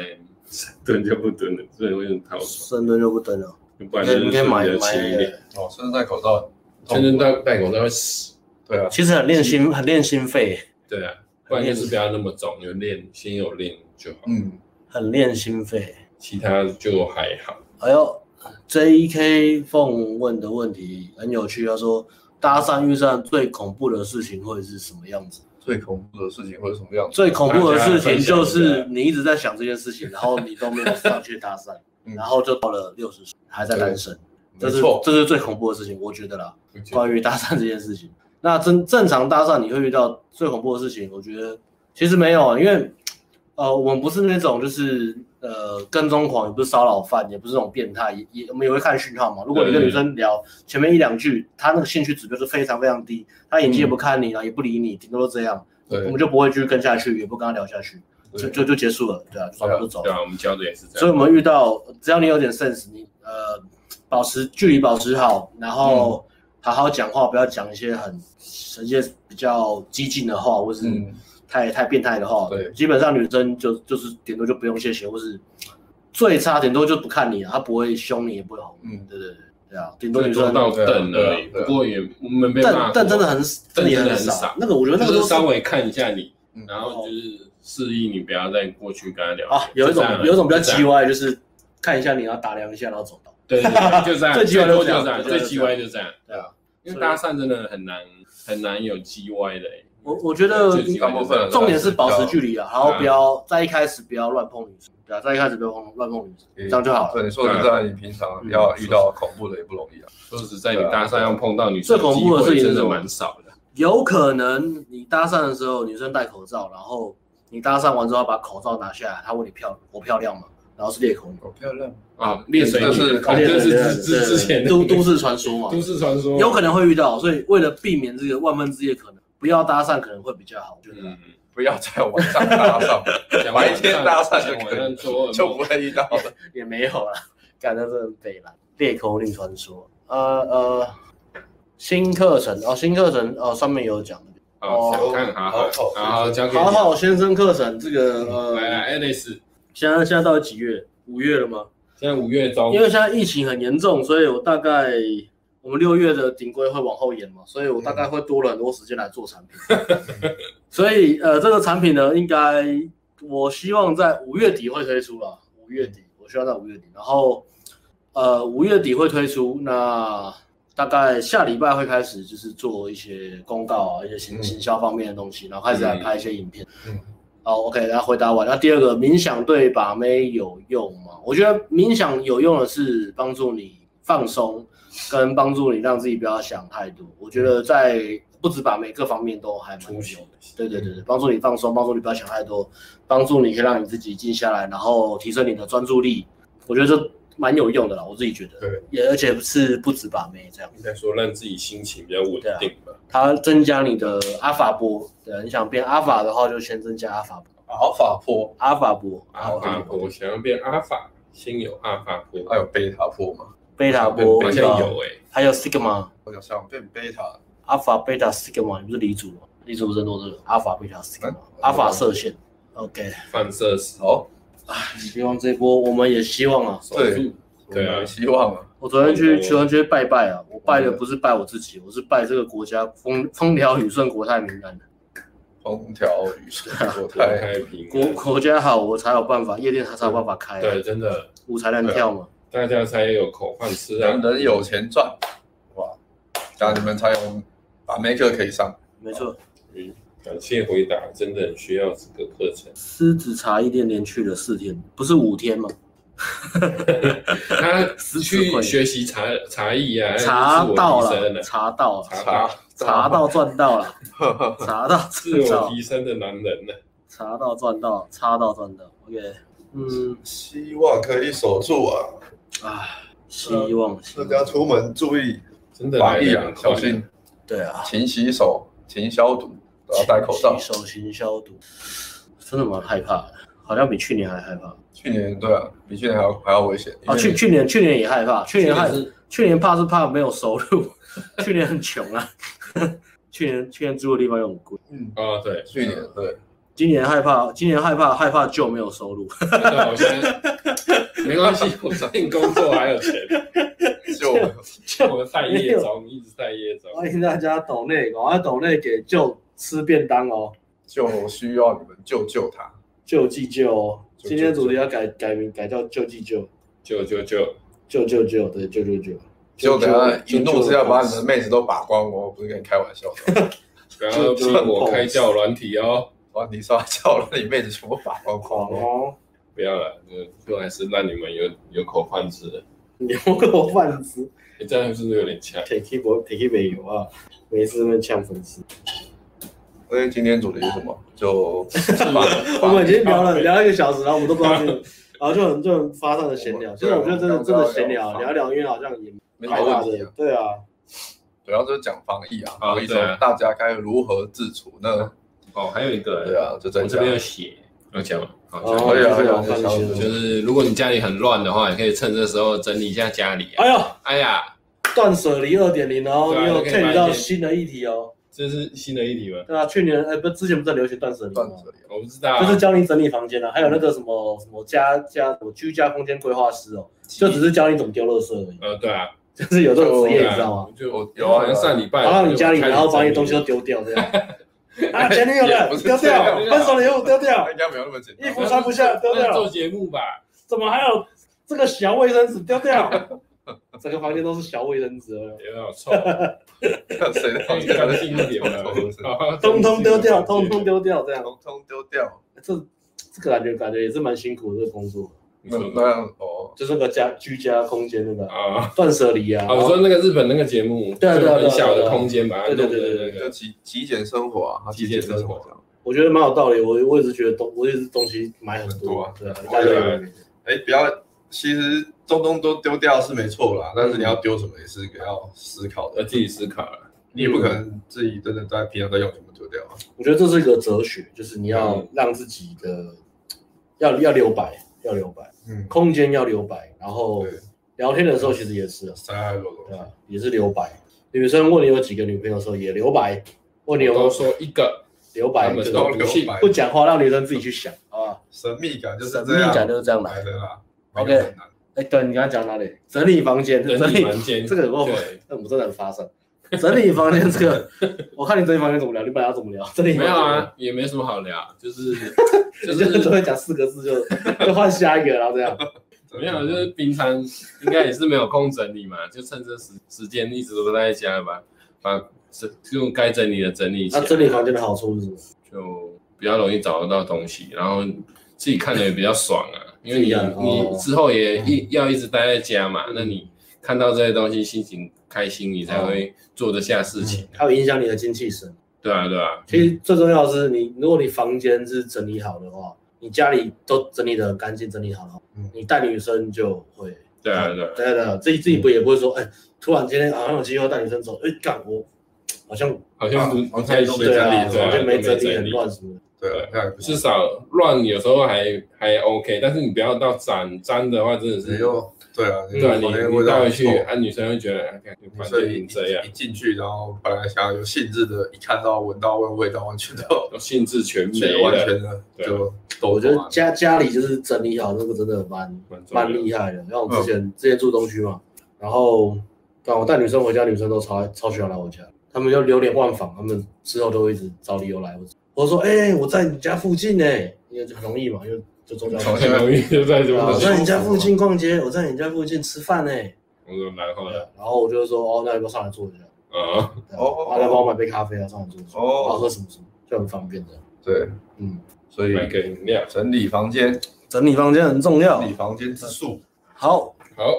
深蹲就不蹲了，所以我有点套手，深蹲就不蹲了，不然你就可是以你可以买比较轻一点。买，哦，甚至戴口罩，深蹲戴戴口罩会死，对啊，其实很练心，很练心肺，对啊，不然就是不要那么重，有练先有练就好，嗯，很练心肺。其他就还好。哎呦，J.K. 凤 E 问的问题很有趣，他说搭讪遇上最恐怖的事情会是什么样子？最恐怖的事情会是什么样子？最恐怖的事情就是你一直在想这件事情，然后你都没有上去搭讪，嗯然后就到了六十岁还在单身，这没是错，这是最恐怖的事情，我觉得啦。关于搭讪这件事情，那正正常搭讪你会遇到最恐怖的事情，我觉得其实没有啊，因为呃我们不是那种就是呃跟踪狂，也不是骚扰犯，也不是那种变态，也也我们也会看讯号嘛。如果你跟对女生聊前面一两句，她那个兴趣指标是非常非常低，她眼睛也不看你了，也不理你，顶多都这样。我对们就不会继续跟下去，也不跟他聊下去，对就就就结束了，对啊，转头就走对了。啊，我们教的也是这所以样。我们遇到，只要你有点 sense，你呃保持距离保持好，然后嗯好好讲话，不要讲一些很一些比较激进的话，或是嗯太、太变态的话。对基本上女生就就是顶多就不用谢谢，或是最差顶多就不看你了，她不会凶你，也不会哄你。嗯对对对，对啊，顶多最女多生到瞪而已，对啊对不啊过也我们被骂但过，但真的很瞪也真的很很少少，那个我觉得那个就都是是稍微看一下你嗯，然后就是示意你不要再过去跟他聊啊，有一种就这样了有一种比较就这样叽歪，就是看一下你，然后打量一下，然后走到。对对对，就这样，最奇怪多就就这样这样，最最奇奇怪怪就这样。对啊，因为搭讪真的很难很难有 G Y 的欸、我我觉得最奇怪大就部是这分样人重点是保持距离啊，然后对啊不要在一开始不要乱碰女生，对啊，在一开始不要碰乱碰女生，嗯这样就好了。对，你说实在，你平常要遇到恐怖的也不容易啊。说实在，你搭讪要碰到女最生，恐怖的事情是真什的么蛮少的。有可能你搭讪的时候，女生戴口罩，然后你搭讪完之后把口罩拿下来，她问你漂我漂亮吗？然后是裂口女，好哦漂亮，啊，猎水这是女，哦这是之之之前的都都市传说嘛，都市传说，有可能会遇到，所以为了避免这个万分之一的可能，不要搭讪可能会比较好，我觉得啊。嗯，不要在晚上搭上，讲晚白上天搭讪就讲可晚上以，做噩就梦不会遇到了。也没有啦， 感觉真的很北蓝。裂口令传说，呃呃，新课程哦，新课程哦，上面有讲的，哦，想看好好好好好交给你好好先生课程这个来呃，来 Alice，现在现在到底几月？五月了吗？现在五月中因，为现在疫情很严重，所以我大概我们六月的顶规会往后延嘛，所以我大概会多了很多时间来做产品。所以呃，这个产品呢，应该我希望在五月底会推出啦，五月底，我希望在五月底，然后呃五月底会推出，那大概下礼拜会开始就是做一些公告啊，一些行嗯行销方面的东西，然后开始来嗯拍一些影片。嗯好，OK，大家回答完。那第二个，冥想对把妹有用吗？我觉得冥想有用的是帮助你放松，跟帮助你让自己不要想太多。我觉得在不止把每个方面都还蛮有息的。对对对对，帮助你放松，帮助你不要想太多，帮助你可以让你自己静下来，然后提升你的专注力。我觉得这蛮有用的啦，我自己觉得。对，也而且是不止把妹这样，应该说让自己心情比较稳定吧。它增加你的阿法波。对，你想变阿法的话，就先增加阿法波。阿法波，阿法波，阿然法后波想要变阿法，先有阿法波，还有贝塔波嘛？贝塔波，好贝像对吧有哎，还有 sigma。我想想变贝塔，阿法、贝塔、西格玛，你不是离组吗？离组争夺这个阿法、贝塔、西格玛嗯，阿法射线。OK，放射时好，希望这波我们也希望啊。手对术，对啊有希望啊。我昨天去嗯球员区拜拜啊，我拜的不是拜我自己，我是拜这个国家风风调雨顺，国泰民安的。空调雨声，我国 太泰平国安。国家好，我才有办法，夜店才有办法开、啊对，，啊真的，舞才能跳嘛。大家才有口饭吃啊人。人有钱赚，哇！这样你们才有把妹课可以上。没错，嗯，感谢回答，真的很需要这个课程。狮子茶一店连去了四天，不是五天吗？他十去块学习茶茶艺啊，查自我到提升了，啊查到了，茶 查到赚到了，到，查到自赚 我到，提升的男人呢、查到赚到，查到赚到。OK，嗯。希望可以守住啊！唉，希望希大望家出门注意真的防来疫得啊很，快小心，对啊，勤洗手，勤消毒，都要戴口罩勤。洗手勤消毒，真的蛮害怕的，好像比去年还害怕。去年对啊，比去年还要还要危险。因啊，为去你去年去年也害怕，去年害去年是去年怕是怕没有收入，去年很穷啊， 去年去年住的地方又很贵，嗯，啊、哦！对，去年 对，今年害怕，今年害怕害怕就没有收入，真的我现在没 关系，我最近工作还有钱，就我们待业中，一直待业中。欢迎大家抖内，赶快抖内给就吃便当哦，就需要你们救救 他。救济救哦，救今天主题要改改名改叫救济救，就就就，救救救，对救救救，就等下一救怒之下救把你的妹子都把光，我不是跟你开玩笑的。 然后不是我开教软体哦，哇，你说叫了你妹子全部把光狂光了，哦。不要了，就还是让你们有有口饭吃的。牛肉饭吃，你这样是不是有点呛？铁 K 博铁 K 没有啊，每次们呛粉丝。所以哎今天主题是什么？ 就我们已经聊靠了北聊了一个小时，然后我们都不知道这个，然后就很就很发散的闲聊。我其实我觉得真的真的闲我聊们聊一聊，因为好像也没蛮有大问题的啊。，对啊，主要就是讲防疫啊，啊防疫中对啊大家该如何自处呢？哦，还有一个，对啊，就我增这加边有写，要讲吗？好哦讲可以啊，可以啊，我看一下小我组看就就是是如果你家里很乱的话，也可以趁这时候整理一下家里、啊。哎呦，哎呀，断舍离二点零哦，对啊你有那可以买 catch 一到点新的议题哦。这是新的一题吗？对啊，去年哎不之前不是很流行断舍离断吗？舍离啊，我不知道啊，就是教你整理房间啊，还有那个什么什么家家什么居家空间规划师哦，就只是教你怎么丢垃圾而已， 呃，对啊，就是有这种职你业也你对啊知道吗？？就我有有啊好像上礼拜，跑到你我就家里，开始然后把你整理东西都丢掉，这样。啊，前 女友也的不是丢这掉样，分手礼物丢掉应，该没有那么简衣单服。穿不下丢那做掉，节目吧，怎么还有这个小卫生纸丢掉？ 整个房间都是小卫生纸哦了，有点 臭，可谁的房以间干净一点嘛通好 通通丢掉，通通。丢掉，这样。通丢掉？这这个感觉感觉也是蛮辛苦的这个工作，那你说那样哦，就是个家居家空间那个啊，断舍离啊。啊，我说那个日本那个节目，对啊对啊就很对小啊对的啊空间，把它对对弄对对的那就个，极极简生活啊，它啊极简生活这样。我觉得蛮有道理，我我也是觉得东，我也是东西买很多，对啊，大家对哎，不要，其实东东都丢掉是没错嗯啦，但是你要丢什么也是一个要思考的，要呃自己思考了。你也不可能自己真的在平常在用什么丢掉啊。我觉得这是一个哲学，就是你要让自己的要要留白，要留白，嗯，空间要留白，然后对，聊天的时候其实也是啊，塞太多东对西吧，？也是留白。女生问你有几个女朋友的时候也留白，问你有我没都有说一个，留他白，们对都吧不信对，不讲话，让女生自己去想，好吧？神秘感就是啊神秘这样感就是这样来来的啦。 OK 哎，对你刚刚讲哪里？整理房间，整整理理房间这个我对那我真的很发散。整理房间这个，我看你整理房间怎么聊，你本来要怎么聊？整理没房有间啊，也没什么好聊，就是 就你就是只会讲四个字就就换下一个，然后这样。没有，啊就是平常应该也是没有空整理嘛，就趁这时时间一直都待在家吧，把整用该整理的整理起那来，啊整理房间的好处是什么？就比较容易找得到东西，然后自己看的也比较爽啊，因为自己你看哦你之后也一要一直待在家嘛，那你看到这些东西心情开心，你才会做得下事情。还有影响你的精气神。对啊，对啊，其实最重要的是你，如果你房间是整理好的话，你家里都整理的很干净，整理好的话，嗯你带女生就会，对啊，对啊，对啊对啊，自己自己不也不会说，哎、突然今天好像有机会带女生走，哎、干我好像好像不啊不太都没对整啊，理好对啊，像没整都理很乱什么的，对啊，看至少乱有时候还还 OK，但是你不要到粘粘的话，真的只是又对啊，对啊，你房间你味道带很回去，臭啊，女生会觉得哎看你反所正以你一这样一，进去，然后本来想要有兴致的，一看到、闻到、闻味道，完全都都兴致全没没完了，全的对啊就都我觉得完了家家里就是整理好，那个真的蛮蛮重要蛮厉害的。像我嗯之前、之前住东区嘛，然后对啊我带女生回家，女生都超超喜欢来我家，她们就流连忘返，她们之后都会一直找理由来我。我说，哎、我在你家附近呢、因为就很容易嘛，因为就中间从很容易就在这啊我么在你家附近逛街，我在你家附近吃饭呢、我说然后对呢啊，然后我就说，哦，那要不要上来坐一下？啊，对啊哦啊，来帮我买杯咖啡啊，上来坐一下。哦然后喝什么什么，就很方便的。对，嗯，所以买个饮料，整理房间，整理房间很重要整理房间之术，好，好，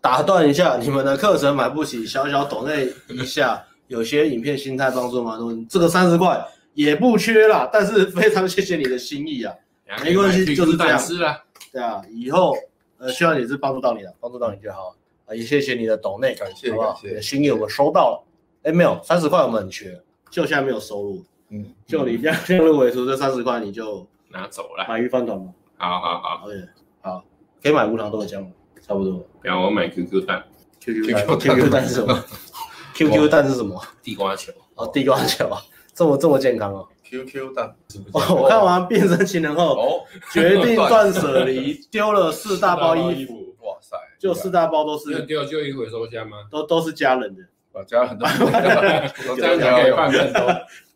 打断一下，你们的课程买不起，小小抖内一下，有些影片心态帮助蛮多人。这个三十块也不缺啦，但是非常谢谢你的心意啊，没关系就是这样吃了，对啊，以后呃希望也是帮助到你了，帮助到你就好了啊、也谢谢你的抖内，感谢好不好感谢你的心意我们收到了，哎没有三十块我们很缺，就现在没有收入，嗯，就你这样量入为出这三十块你就拿走了，买鱼饭团吧，好好好，好耶，好，可以买无糖豆浆吗？差不多不要我买 QQ 蛋， ，QQ 蛋 QQ 蛋是什么？QQ 蛋是什么？地瓜球，哦，地瓜球 啊，这么这么健康哦！ QQ 蛋 我看完《变身情人》 后，哦，决定断舍离，丢了四大包衣服，服，哇塞，啊就四大包都要是丢旧衣回收箱吗？都都是家人的，把家人都 都这样才可以放更 多，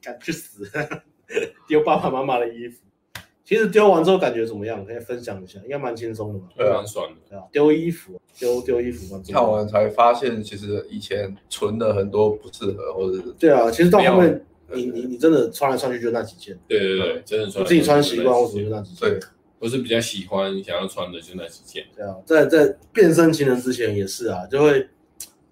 敢去死！ 丢爸爸妈妈的衣服，其实丢完之后感觉怎么样？可以分享一下，应该蛮轻松的吧？对啊蛮爽的。对啊，丢衣服，丢丢衣服蛮重看要的。完才发现，其实以前存了很多不适合，或者是对啊，其实到后没面，你你你真的穿来穿去就那几件，对对对，真的穿啊自己穿习惯或什么就那几件对。我是比较喜欢想要穿的就那几件，对啊，在在变身情人之前也是啊，就会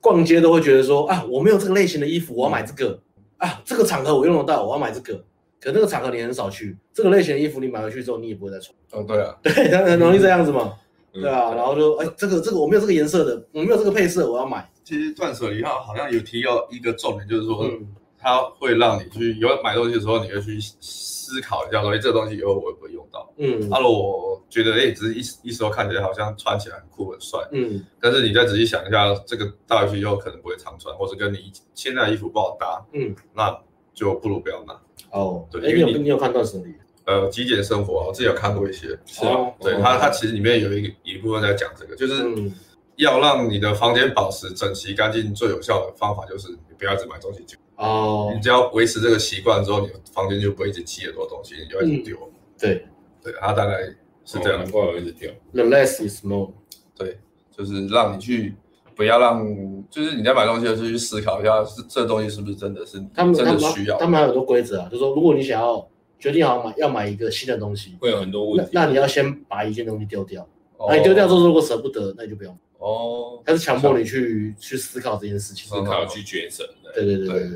逛街都会觉得说啊，我没有这个类型的衣服，我要买这个啊，这个场合我用得到，我要买这个。可那个场合你很少去，这个类型的衣服你买回去之后你也不会再穿， 哦，对啊，对，很很容易这样子嘛，嗯对啊，然后就哎、这个这个我没有这个颜色的，我没有这个配色，我要买，其实断舍离它好像有提到一个重点，就是说嗯，它会让你去有买东西的时候，你会去思考一下说，哎，这个东西以后我会不会用到？嗯阿罗，我觉得哎、只是一一时候看起来好像穿起来很酷很帅，嗯，但是你再仔细想一下，这个带回去以后可能不会常穿，或者跟你现在的衣服不好搭，嗯，那就不如不要拿。哦，对哎、因你为有你你有看断舍离？呃，极简生活啊，我自己有看过一些，是啊哦，对哦它它其实里面有一个一部分在讲这个，就是嗯，要让你的房间保持整齐干净，最有效的方法就是你不要只买东西丢。哦你，只要维持这个习惯之后，你的房间就不会一直积很多东西，你就会嗯一直丢。对对，它大概是这样，难怪我一直丢。 ，the less is more，对，就是让你去不要让，就是你在买东西的时候去思考一下，是这东西是不是真的是你他们真他的们需要他？们还有很多规则啊，就说如果你想要决定好买要买一个新的东西，会有很多问那题。那你要先把一件东西丢掉，哦那你丢掉之后如果舍不得，那你就不要买。哦，他是强迫你去去思考这件事情。思考去抉择的，对对对对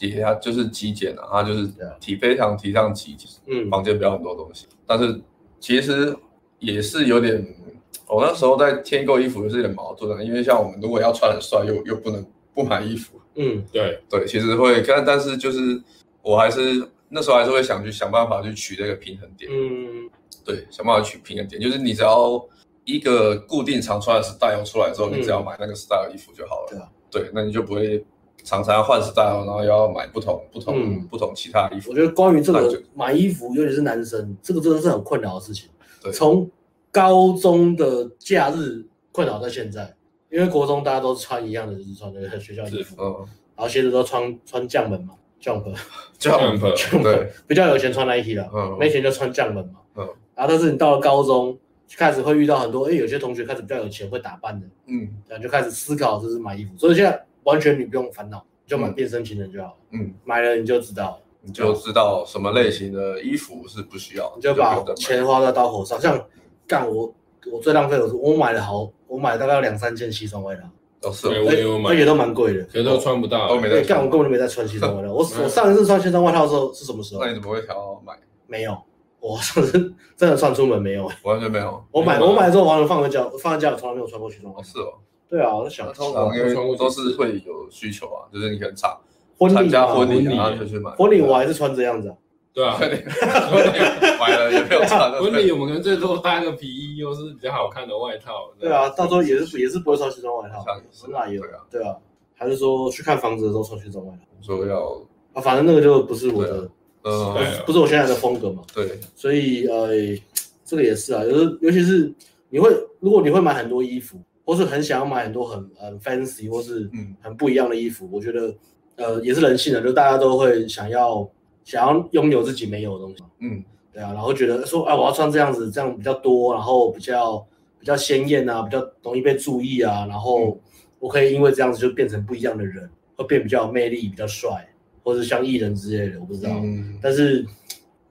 对，也它就是极简啊，它就是对啊提非常提倡极简，嗯，房间不要很多东西。但是其实也是有点，我那时候在添购衣服就是有点矛盾的，因为像我们如果要穿很帅，又又不能不买衣服。嗯对，对，其实会，但但是就是我还是那时候还是会想去想办法去取这个平衡点，嗯对，想办法取平衡点，就是你只要一个固定常穿的 style 出来之后，嗯你只要买那个 style 衣服就好了，对啊对，那你就不会常常换 style，然后又要买不同不同、嗯不同其他的衣服我，觉得关于这那个就买衣服，尤其是男生，这个真的是很困扰的事情。对从高中的假日困扰到现在，因为国中大家都穿一样的，就是穿那个学校衣制服，嗯，然后鞋子都穿穿降门嘛，jump，这样 Jump 对， 比较有钱穿 Nike 啦，嗯，没钱就穿降门嘛。嗯然后但是你到了高中，就开始会遇到很多，哎，有些同学开始比较有钱，会打扮的，嗯然后就开始思考就是买衣服。所以现在完全你不用烦恼，你就买嗯变身情人就好了，嗯，买了你就知道了，你就知道什么类型的衣服是不需要的，你就把不用再买钱花在刀口上。像干我，我最浪费的是我买了好，我买了大概有两三件西装外套，哦是对，哦，我也有买而，且都蛮贵的。可是都穿不到都。没在对，干挑我，根哦本就没在穿西装外套。我我上一次穿西装外套的时候是什么时候那？你怎么会想要买？没有，我上次 真的穿出门没有。完全没有，我买没有我啊买之后，完全放在家，放在家里从来没有穿过西装外哦套。是哦，对啊，我在想那，通常因为我都是会有需求啊，就是你可能参婚参礼加啊，婚婚礼礼啊，然后就去买婚礼我还是穿这样子啊。对啊，啊买了也没有 差， 婚礼我们可能最多搭个皮衣，又是比较好看的外套。对啊，到时候也是也是不会穿西装外套好像也，是那也有对啊对啊，还是说去看房子的时候穿西装外套说要啊？反正那个就不是我的，嗯对啊不是我现在的风格嘛。对所以呃，这个也是啊，就是尤其是你会，如果你会买很多衣服，或是很想要买很多很很 fancy 或是嗯很不一样的衣服，我觉得呃也是人性的，就大家都会想要想要拥有自己没有的东西，嗯对啊，然后觉得说哎、我要穿这样子，这样比较多，然后比较比较鲜艳啊，比较容易被注意啊，然嗯后我可以因为这样子就变成不一样的人，会变比较有魅力，比较帅，或者像艺人之类的，我不知道，嗯但是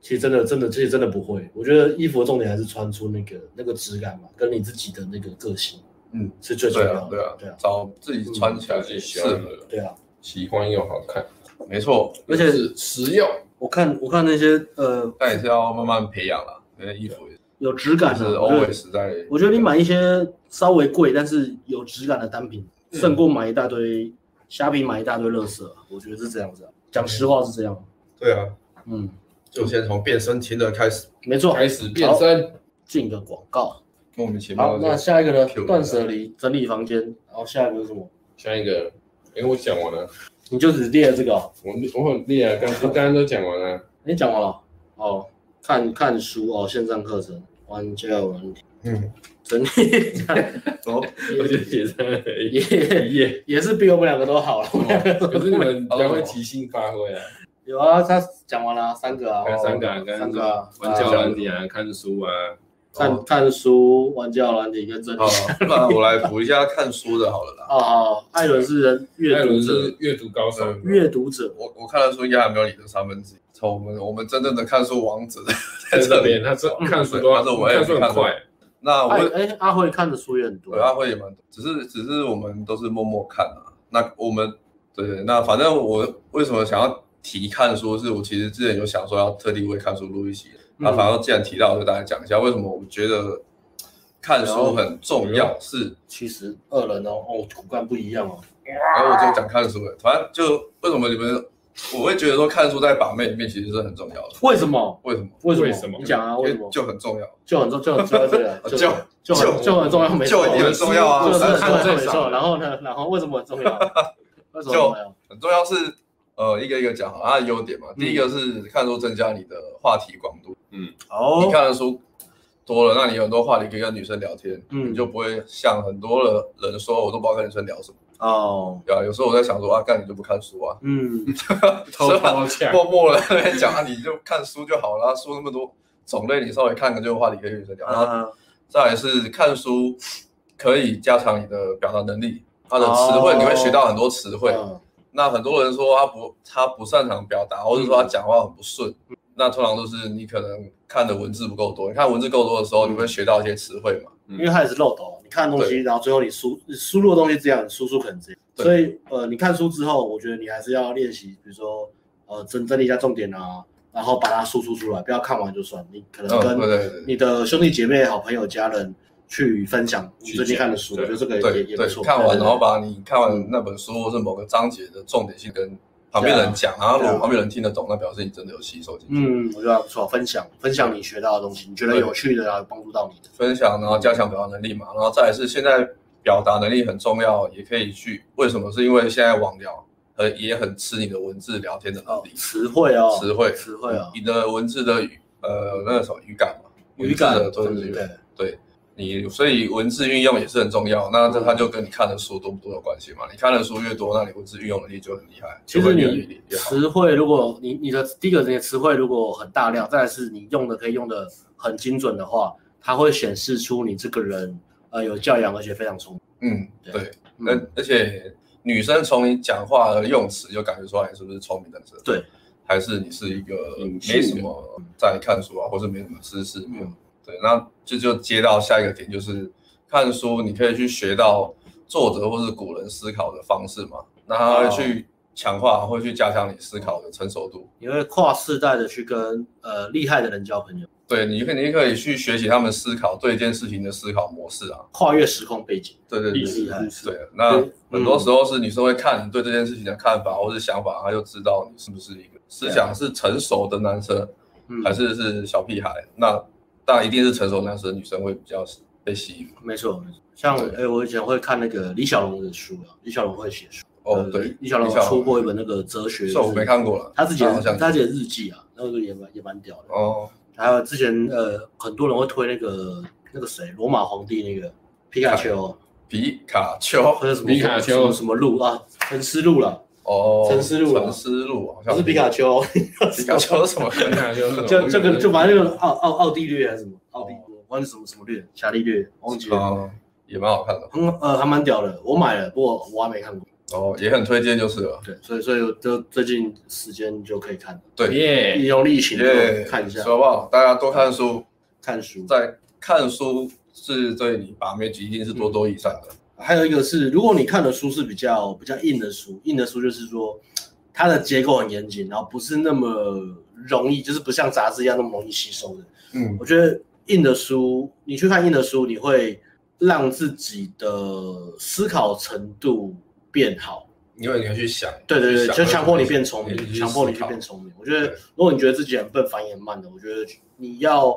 其实真的真的其实真的不会，我觉得衣服的重点还是穿出那个那个质感嘛，跟你自己的那个个性嗯，是最重对要啊的。对啊对啊，找自己穿起来自己喜适欢合，的，对啊喜欢又好看，没错，而且又是实用。我看我看那些呃但也是要慢慢培养啦，因为衣服也有质感是的，我觉得 always 在，我觉得你买一些稍微贵但是有质感的单品，嗯胜过买一大堆虾皮买一大堆垃圾，我觉得是这样子啊。讲实话是这样，对啊，嗯，就先从变身情人开始，没错，开始变身，进个广告。莫名其妙好，就那下一个呢 Q？断舍离整理房间，然后下一个是什么？下一个，哎，我讲完了，你就只列了这个、哦。我我很厉害，刚刚刚刚都讲完了。你讲完了？哦，看看书哦，线上课程，玩交友软体，嗯，整理 走，我就写在一也页， 也是比我们两个都好了。哦可是你们比较会即兴发挥啊， 有啊，他讲完了啊三个啊，看哦三个啊，三刚个啊刚玩交友啊软体啊，看书啊，看看书、玩交友软体跟整理。好哦，，那我来补一下看书的好了啦，好，艾伦是人阅艾读伦者，哦是阅读高手，嗯阅读者我我看的书应该还没有你的三分之一，从我们我们真正的看书王子 在在这这里。边，他这看书都要但哦是我也看书很看过快，那艾啊我哎，阿辉看的书也很多对，啊阿辉也蛮多，只是只是我们都是默默看啊。那我们对，那反正我为什么想要提看书，是我其实之前有想说要特地为看书录一集，嗯那反正既然提到，我就大家讲一下为什么我们觉得看书很重要。是，七十二人哦，哦，骨干不一样哦。然后我就讲看书了，反正就为什么你们我会觉得说看书在把妹里面其实是很重要的，为什么？为什么？为什么？为什么你讲啊，为什么？就很重要。，就很重，就很重要，对啊就就就很就很重要，没错，就一定很重要啊就是但很是重要，最没少错。然后呢？然后为什么很重要？为什么重要？很重要是，呃，一个一个讲好它的优点嘛。第一个是看书增加你的话题广度，你哦，看的书多了，那你有很多话题可以跟女生聊天，嗯你就不会像很多的人说，我都不知道跟女生聊什么。哦，对啊，有时候我在想说啊，干你就不看书啊，嗯，偷虽然偷抢，默默的在那边讲啊，你就看书就好了，啊书那么多种类，你稍微看看就有话题可以跟女生聊。然后啊，再来是看书可以加强你的表达能力，它的词汇哦你会学到很多词汇。嗯那很多人说他不他不擅长表达，或者嗯说他讲话很不顺，那通常都是你可能看的文字不够多。你看文字够多的时候，嗯你会学到一些词汇嘛？因为它也是漏斗，你看东西，然后最后你输你输入的东西这样，你输出可能这样。对所以呃，你看书之后，我觉得你还是要练习，比如说呃，整整理一下重点啊，然后把它输出出来，不要看完就算。你可能嗯，对跟对对你的兄弟姐妹、好朋友、家人去分享你最近看的书，我去觉得这个也对也对不错。对，看对完对然后把你嗯看完那本书或是某个章节的重点性啊跟旁边人讲，然后如对啊果旁边人听得懂，那表示你真的有吸收进去。嗯，我觉得还不错，分享分享你学到的东西，你觉得有趣的啊，有帮助到你的。分享，然后加强表达能力嘛，然后再来是现在表达能力很重要，也可以去为什么？是因为现在网聊呃也很吃你的文字聊天的能力。词汇哦，词汇，词汇哦，你的文字的语呃那个什么语感嘛，语感文字嗯的对对对对对对，你所以文字运用也是很重要。那这它就跟你看的书多不多有关系嘛？你看的书越多，那你文字运用能力就很厉害，其就实会越厉你越好。词汇，如果你你的第一个你的词汇如果很大量，再来是你用的可以用的很精准的话，它会显示出你这个人呃有教养，而且非常聪嗯，对对，明。而、嗯，而且女生从你讲话的用词就感觉出来你是不是聪明的人，对，还是你是一个隐性没的什么在看书啊，或是没什么知识没有嗯。对，那这就接到下一个点，就是看书你可以去学到作者或是古人思考的方式嘛，那他会去强化，会去加强你思考的成熟度。你会跨世代的去跟呃厉害的人交朋友，对你肯定可以去学习他们思考对一件事情的思考模式啊。跨越时空背景。对对历对史厉害故事，对，那对嗯很多时候是你是会看你对这件事情的看法或是想法，他就知道你是不是一个思想是成熟的男生，啊嗯，还是是小屁孩。那当然一定是成熟的男生女生会比较被吸引。没错没错。像哎、对诶我以前会看那个李小龙的书啊，李小龙会写书。哦呃，对，李小龙有出过一本那个哲学，是我没看过了，他自己好的像他自己的日记啊，那个也蛮也蛮屌的。哦，还有之前呃，很多人会推那个那个谁，罗马皇帝那个皮卡丘，皮卡丘或者什么皮卡什丘么什么鹿啊，沉思鹿了，哦，沉思录啊沉思路好不像是皮卡丘哦，皮卡丘是什么？那就是 就这个就反正那个奥奥奥地略还是什么奥地略，忘记什么什么略，伽利略忘记了， 哦，也蛮好看的很呃还蛮屌的，我买了，不过我还没看过。哦，也很推荐就是了。对，所以所以我就最近时间就可以看，对利耶，用力行耶就看一下说不好？大家多看书，看书。在看书是对你把妹一定是多多益善的。还有一个是，如果你看的书是比较比较硬的书，硬的书就是说它的结构很严谨，然后不是那么容易，就是不像杂志一样那么容易吸收的。嗯，我觉得硬的书，你去看硬的书，你会让自己的思考程度变好。因为你要去想，对对对，去想就强迫你变聪去明，思强考迫你去变聪明。我觉得对，如果你觉得自己很笨、反应很慢的，我觉得你要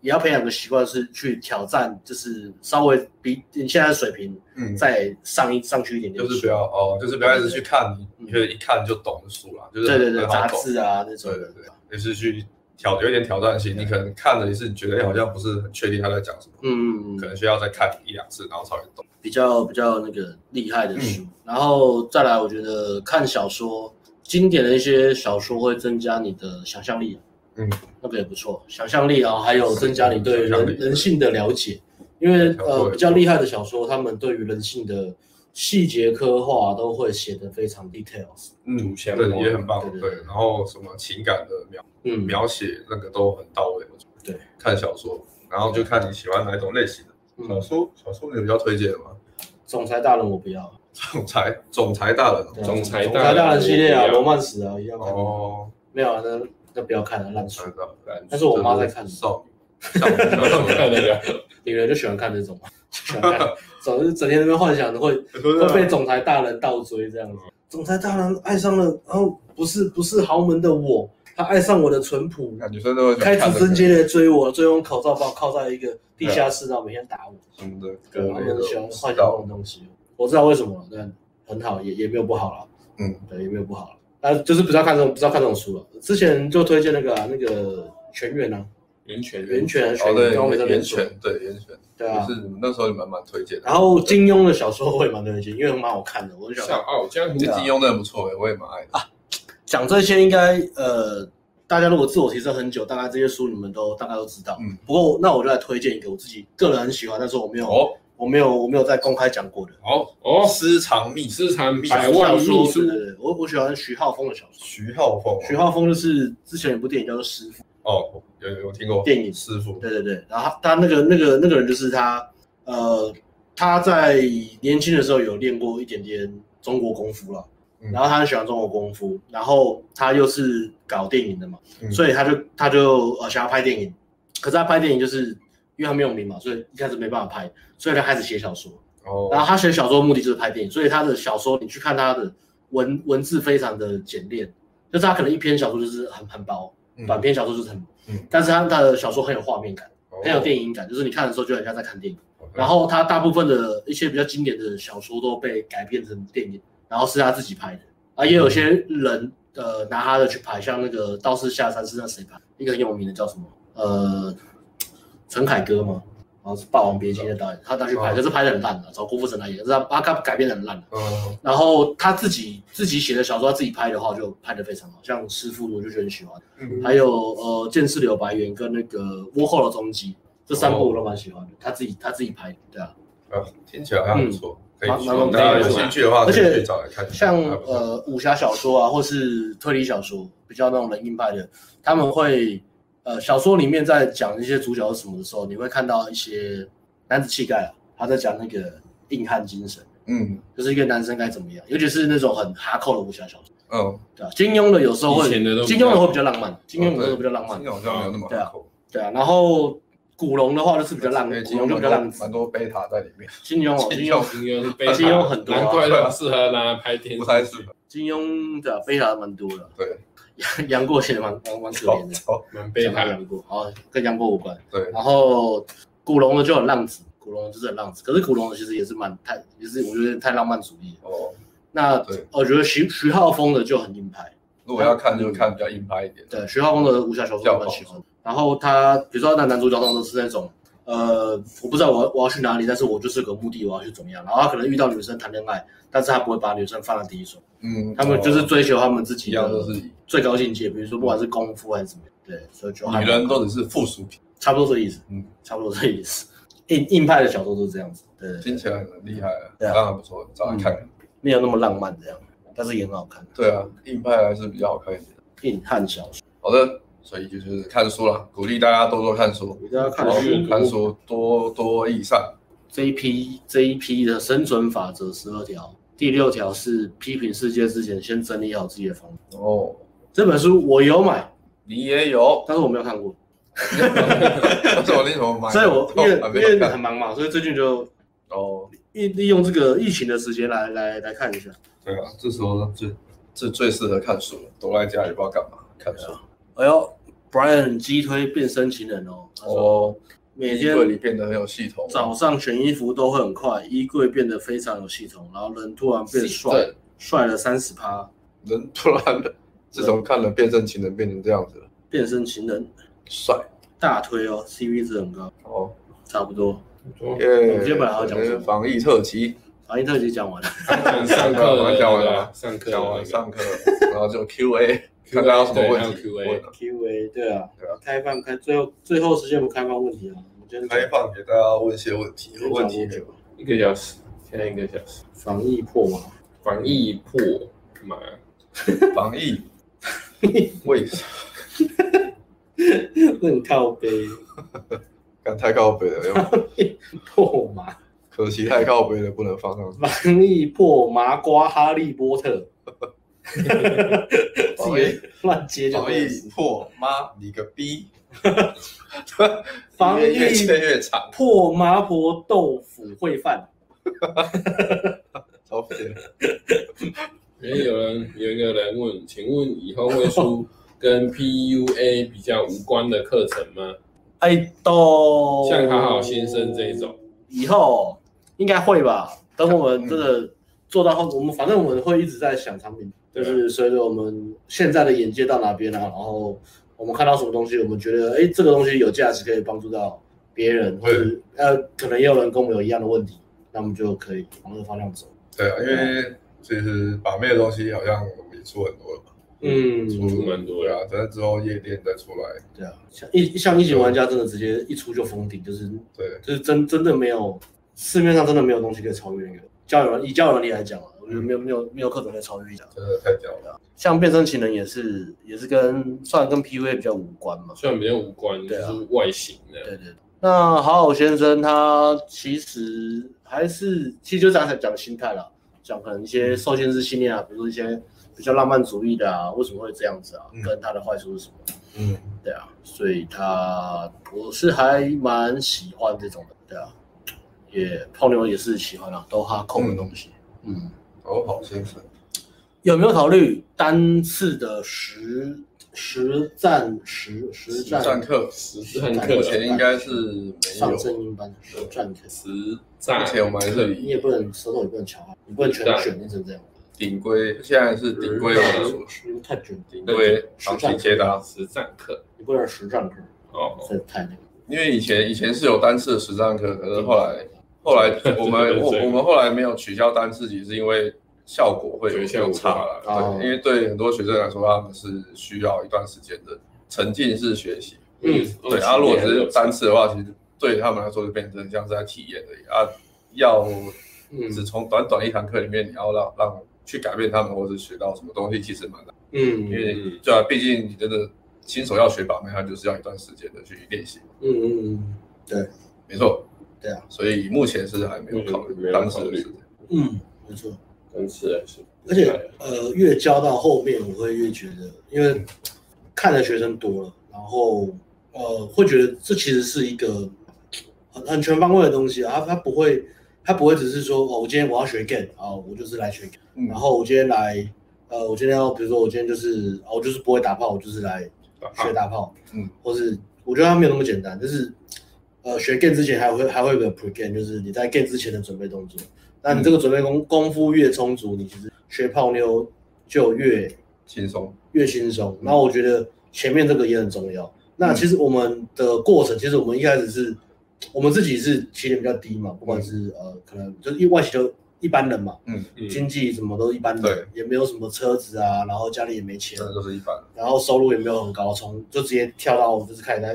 也要培养个习惯，是去挑战，就是稍微比你现在的水平嗯，再上一上去一点点。就是不要哦，就是不要一直去看你你觉得一看就懂的书啦，就是对对对，很好杂懂志啊那种对的。对对，也是去挑有一点挑战性。你可能看了一次，你觉得哎好像不是很确定他在讲什么，嗯，可能需要再看一两次，然后才会懂。比较比较那个厉害的嗯书，然后再来，我觉得看小说，经典的一些小说会增加你的想象力，啊嗯，那个也不错，想象力啊，还有增加你对想象人力人性的了解，因为小说也不呃错比较厉害的小说，他们对于人性的细节刻画都会写得非常 details，嗯，相对，关也很棒。对对对对，然后什么情感的描嗯，描写那个都很到位。我觉得对，看小说，然后就看你喜欢哪一种类型的小嗯，说。小说你比较推荐的吗？ 总裁大人我不要，啊总裁，总裁大人哦。总裁总裁大人系列我啊，不要罗曼史啊一样看，哦，没有啊，那那不要看了，烂书知，道。但嗯是我妈在看少 女，少女。看那个女人就喜欢看这 种嘛，就喜欢看，总是整天在那边幻想会。会会被总裁大人倒追这样子。啊总裁大人爱上了，然后不是不是豪门的我，他爱上我的淳朴，女生都会喜欢开看始这贞个洁的追我，最后用口罩把我铐在一个地下室，然后每天打我。什么的对，歌他类的们哦喜欢幻想这道种东西，我知道为什么了，但很好，也也没有不好了。嗯，对，也没有不好了。啊，就是不要看这种，不要看这种书了。之前就推荐那个啊、那个全员啊，源泉源泉啊，哦，全员，刚刚没对，特源别说，泉，对源泉，对也啊。是那时候你们蛮推荐的。然后金庸的小说我也蛮推荐，因为蛮好看的，我很喜欢看笑。傲江湖这啊金庸真的不错哎，我也蛮爱的。讲这些应该呃，大家如果自我提升很久，大概这些书你们都大概都知道。嗯，不过那我就来推荐一个我自己个人很喜欢，但是我没有、哦，我没有我没有在公开讲过的好，哦，私藏秘史，私藏百万小秘书对，对对，我我喜欢徐浩峰的小说。徐浩峰，徐浩峰就是之前有部电影叫做《师傅哦，有有有听过电影师》，傅，对对对，然后他他那个那个那个人就是他，呃，他在年轻的时候有练过一点点中国功夫了，嗯然后他很喜欢中国功夫，然后他又是搞电影的嘛，嗯所以他就他就呃想要拍电影，可是他拍电影就是因为他没有名嘛，所以一开始没办法拍，所以他开始写小说，然哦，后他写小说的目的就是拍电影，所以他的小说你去看他的文文字非常的简练，就是他可能一篇小说就是很很薄，嗯短篇小说就是很薄，嗯但是他他的小说很有画面感。哦很有电影感，就是你看的时候就很像在看电影。 OK 然后他大部分的一些比较经典的小说都被改编成电影，然后是他自己拍的啊，也有些人呃拿他的去拍，像那个《道士下山》是那谁拍？一个很有名的叫什么？呃，陈凯歌吗？然后是《霸王别姬》的导演，他拿去拍，哦可是拍的很烂的，找郭富城来演，可是他把他改编的很烂的。嗯，然后他自己自己写的小说，他自己拍的话就拍的非常好，像《师傅》我就觉得很喜欢。嗯，还有呃《剑士柳白猿》跟那个《倭寇的踪迹》这三哦部我都蛮喜欢的，他自己他自己拍的，对啊。啊听起来还不错，可以嗯蛮去蛮蛮大家蛮有兴趣的话，而啊可以且去找来看一下。像还不错，呃武侠小说啊，或是推理小说，比较那种人硬派的，他们会呃小说里面在讲一些主角是什么的时候，你会看到一些男子气概啊，他在讲那个硬汉精神，嗯就是一个男生该怎么样，尤其是那种很哈扣的武侠小说，嗯，对啊，金庸的有时候会，以前的都比较金庸的会比较浪漫，金庸的会哦对比较浪漫今，天好像没有那么对啊好对啊，然后古龙的话就是比较浪，因为古金龙庸就比较浪蛮多子蛮，多贝塔在里面，金庸哦，金金庸庸金庸是 被金庸很多啊难怪都适合拿来拍电不视太适剧，合，金庸的非常蛮多的，对，杨杨过写的蛮 蛮蛮可超怜的，超蛮被讲到他杨过，好，哦跟杨过无关。对，然后古龙的就很浪子，古龙就是很浪子，可是古龙的其实也是蛮太，也是我觉得太浪漫主义了。哦，那对我觉得徐徐浩峰的就很硬派，如果要看就看比较硬派一点，嗯对，徐浩峰的武侠小说我蛮喜欢。然后他比如说他的男主角通常都是那种，呃，我不知道我要我要去哪里，但是我就是有个目的，我要去怎么样。然后他可能遇到女生谈恋爱，但是他不会把女生放在第一顺位，嗯，他们就是哦追求他们自己一样，的都是以最高境界，比如说不管是功夫还是怎么样，对，所以就还女人都只是附属品，差不多这个意思，嗯，差不多这个意思。硬硬派的小说都是这样子，对对对听起来很厉害啊，对啊嗯当然不错，找来看看，没有那么浪漫这样，但是也很好看。对啊，硬派还是比较好看一点。硬汉小说，好的，所以就是看书啦，鼓励大家多多看书，我一定要看然后书。看书多多益善。这一批这一批的生存法则十二条，第六条是批评世界之前先整理好自己的房。哦，这本书我有买，你也 有，但是我没有看过，为什么你怎么买？哦所以我因还为没因有为看很忙嘛，所以最近就哦，利利用这个疫情的时间来来来看一下。对啊，这时候最这最适合看书了，躲在家里不知道干嘛，看书。哎呦，Brian 击推变身情人哦，他说哦，每衣天柜里变得很有系统。早上选衣服都会很快，衣柜变得非常有系统，然后人突然变帅对，帅了三十趴，人突然的，自从看了《变身情人》变成这样子了，变身情人帅大推哦，CP 值很高，哦，差不多。耶！我们今天本来要讲什么防疫特辑，反应特辑讲完了，上课的讲完了对啊吗上课的讲那完个上课，然后就 Q&A，看 大家有什么问题对还问有 Q&A 啊 Q&A 对啊对啊，开放开最后最后时间不开放问题啊，我觉得开放给大家问一些问题，有问题很久，一个小时，现在一个小时，防疫破 嘛，防疫破嘛，防疫， 为啥？很靠背 干太靠北了，要破嘛，可惜太靠北了，不能放上去。防疫破麻瓜哈利波特，防疫乱接就防对了疫破妈，你个逼！防越疫切越长，破麻婆豆腐烩饭，超废了。因为有人有一个人问，请问以后会 出跟 PUA 比较无关的课程吗？哎都像好好先生这一种，以后应该会吧。等我们真的做到后，我们反正我们会一直在想产品，就对啊是随着我们现在的眼界到哪边啊，然后我们看到什么东西，我们觉得哎这个东西有价值，可以帮助到别人，或者呃可能也有人跟我们有一样的问题，那我们就可以往那个方向走。对啊，因为其实把妹的东西好像我们也出很多了嘛，嗯，出蛮多对的，啊，等之后夜店再出来，对啊，像一像一级玩家真的直接一出就封顶，就是对，就是真真的没有市面上真的没有东西可以超越那个交友软以交友软件来讲啊，我觉得没有没有没有课程可以超越一讲。真的太屌了。像变身情人也是也是跟算跟 PUA 比较无关嘛。虽然比较无关，就对啊是外形的，对对对。那好好先生他其实还是其实就讲讲心态啦，讲可能一些受限制信念啊，嗯比如说一些比较浪漫主义的啊，为什么会这样子啊，嗯跟他的坏处是什么？嗯，对啊，所以他我是还蛮喜欢这种的，对啊，也泡妞也是喜欢啊，都哈控的东西。嗯，好好先生，有没有考虑单次的实实战实实实战战课实战目课，前应该是没有上，正音班的实战课？实目战前我们还是你以也不能舌头也不能翘，你不能啊全卷变成这样，顶规，现在是顶规为主，因为太卷，顶规行情解答。实战课你不能实战课，嗯哦，这太那个。因为以前以前是有单次的实战课，可是后来后来我们我我们后来没有取消单次级，是因为效果会有觉得效果差了。不好对，因为对很多学生来说，他们是需要一段时间的沉浸式学习。嗯对，啊，如果只是单次的话，其实对他们来说就变成像是在体验而已啊。要嗯只从短短一堂课里面，你要让让去改变他们，或者学到什么东西，其实蛮难。嗯因为对啊，毕竟你真的新手要学把妹，它就是要一段时间的去练习。嗯嗯嗯，对，没错，对啊，所以目前是还没有考没虑有单次考的虑时间。嗯，没错。但是还是而且呃，越教到后面，我会越觉得，因为看的学生多了，然后呃，会觉得这其实是一个很很全方位的东西啊。他他不会，他不会只是说哦，我今天我要学 game 啊、我就是来学 game，、嗯然后我今天来呃，我今天要比如说我今天就是哦，我就是不会打炮，我就是来学打炮，嗯，或是我觉得它没有那么简单，就是呃，学 game 之前还会还会有个 pre game，就是你在 game 之前的准备动作。那你这个准备功功夫越充足，你其实学泡妞就越轻松，越轻松。然后我觉得前面这个也很重要。那其实我们的过程，其实我们一开始是，我们自己是起点比较低嘛，不管是呃，可能就是一外企就一般人嘛，嗯，经济什么都一般对人，也没有什么车子啊，然后家里也没钱真，的就是一般，然后收入也没有很高，从就直接跳到就是开始在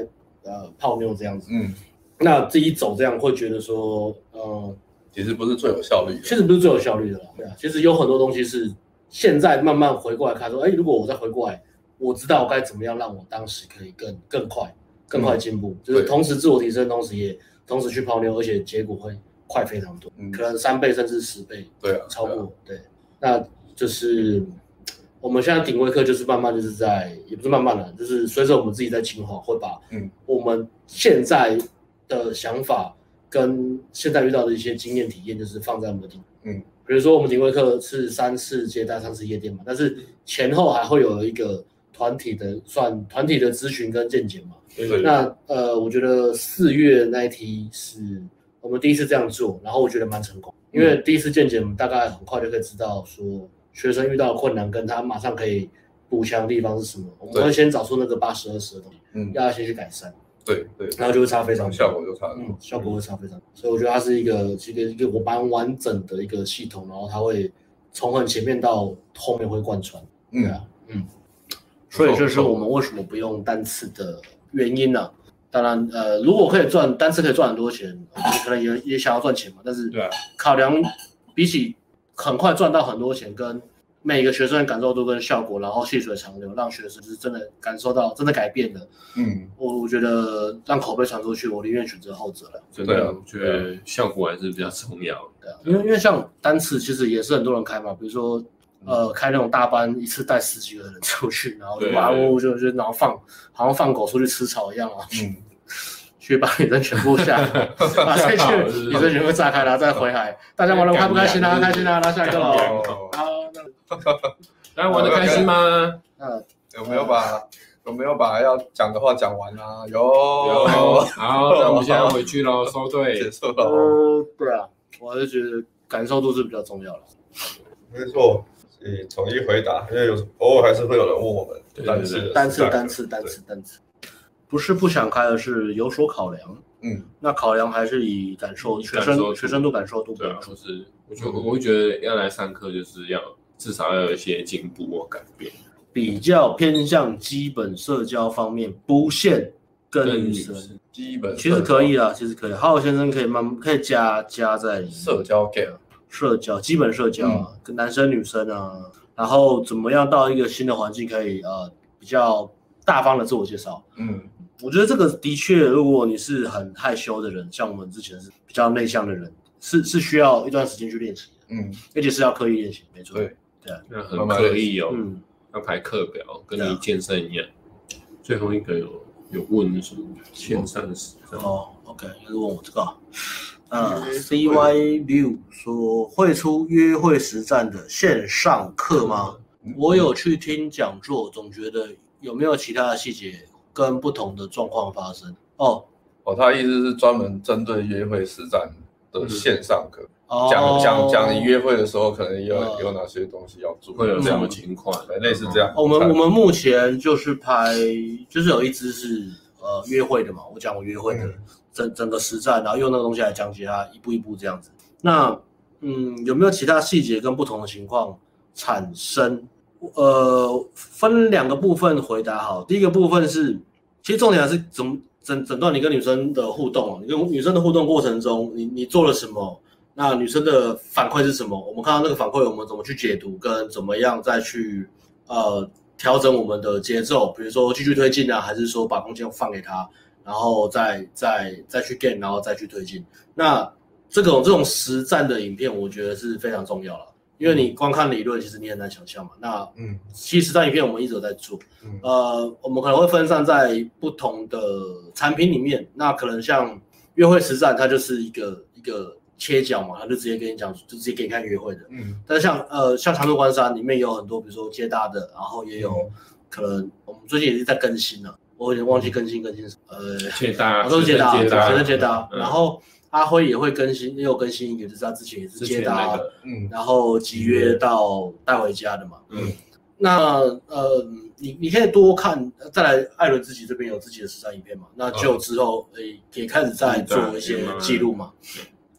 呃泡妞这样子。嗯，那自己走这样会觉得说，呃，其实不是最有效率确的，实不是最有效率的啦。对啊，其实有很多东西是现在慢慢回过来看，说，哎，如果我再回过来，我知道我该怎么样让我当时可以更更快、更快进嗯步，就是同时自我提升，同时也同时去泡妞，而且结果会快非常多，嗯可能三倍甚至十倍对啊，超对啊过。对，那就是我们现在顶规课就是慢慢就是在，也不是慢慢了，就是随着我们自己在进化，会把嗯我们现在的想法跟现在遇到的一些经验体验，就是放在我们的顶。嗯，比如说我们顶规课是三次接待，三次夜店嘛，但是前后还会有一个团体的算团体的咨询跟见解嘛。对啊那呃，我觉得四月那一题是我们第一次这样做，然后我觉得蛮成功，因嗯为第一次见解，我们大概很快就可以知道说学生遇到的困难跟他马上可以补强的地方是什么。我们对会先找出那个八十二十的东西，嗯，要先去改善，对对，然后就会差非常效多。果就差很嗯多，，效果会差非常多，所以我觉得它是一个一个一个我蛮完整的一个系统，然后它会从很前面到后面会贯穿，对嗯，啊，嗯。所所以以这这是是我我们们为什么不用单次的原因呢、当然，呃，如果可以赚单次可以赚很多钱，我们可能也也想要赚钱嘛。但是对啊，考量比起很快赚到很多钱，跟每个学生的感受度跟效果，然后细水长流，让学生是真的感受到真的改变了。嗯，我我觉得让口碑传出去，我宁愿选择后者了。真对啊的，我觉得效果还是比较重要。对啊，因为因为像单次其实也是很多人开嘛，比如说嗯呃开那种大班，一次带十几个人出去，然后就对哇呜呜就就然后放好像放狗出去吃草一样啊，嗯，去把女生全部吓，把这 群女生全部炸开，然后再回来，大家玩的开不开心啊？开心啊，然后下一个喽。哦，好，那大家玩的开心吗？那有没有把有没有把要讲的话讲完啊？有，有， 好，那我们现在回去 喽，收结队。束了，哦呃，对啊，我还是觉得感受度是比较重要了。没错。以统一回答，因为有偶尔还是会有人问我们对对对单次单次的是，单次，单次，单次，不是不想开，而是有所考量。嗯，那考量还是以感受以学感受度生学生度感受度对为啊，主。就是我觉得我会觉得要来上课，就是要至少要有一些进步或改变。比较偏向基本社交方面，不限跟跟女女生，生基本其实可以啊，其实可以。浩先生可以慢，可以加加在里面。社交 game，社交，基本社交啊，跟男生女生啊，然后怎么样到一个新的环境可以呃比较大方的自我介绍。嗯我觉得这个的确，如果你是很害羞的人，像我们之前是比较内向的人，是是需要一段时间去练习的，嗯，而且是要刻意练习，没错。对，那很刻意哦，嗯，要排课表，跟对你啊健身一样。嗯最后一个有有问什么线上时尚哦，OK，又是问我这个啊。呃，CY 六说会出约会实战的线上课吗？我有去听讲座，总觉得有没有其他的细节跟不同的状况发生？哦哦，他的意思是专门针对约会实战的线上课，哦，讲讲讲你约会的时候可能有哦有哪些东西要做，会有什么嗯情况？对啊类似这样。我们我们目前就是拍，就是有一支是呃约会的嘛，我讲我约会的、嗯整整个实战，然后用那个东西来讲解它一步一步这样子。那嗯，有没有其他细节跟不同的情况产生？呃，分两个部分回答好。第一个部分是，其实重点还是怎么整整段你跟女生的互动啊，你跟女生的互动过程中，你你做了什么？那女生的反馈是什么？我们看到那个反馈，我们怎么去解读，跟怎么样再去呃调整我们的节奏，比如说继续推进啊，还是说把空间放给她，然后再再再去 gain，然后再去推进。那这种这种实战的影片，我觉得是非常重要了，因为你光看理论，其实你很难想象嘛。那嗯其实实战影片我们一直有在做，嗯呃，我们可能会分散在不同的产品里面。那可能像约会实战，它就是一个一个切角嘛，它就直接跟你讲，就直接给你看约会的。嗯但是像呃像长度关山里面也有很多，比如说接搭的，然后也嗯有可能我们最近也是在更新了，我有点忘记更新更新什么呃，接搭，我都是接搭，学嗯啊学生生接搭，接搭。嗯然后阿辉也会更新，也有更新一个，就是他之前也是之接前搭，那个，嗯然后集约到带回家的嘛。嗯，那呃，你你可以多看，呃再来艾伦自己这边有自己的实战影片嘛，那就之后诶、也开始在做一些记录嘛，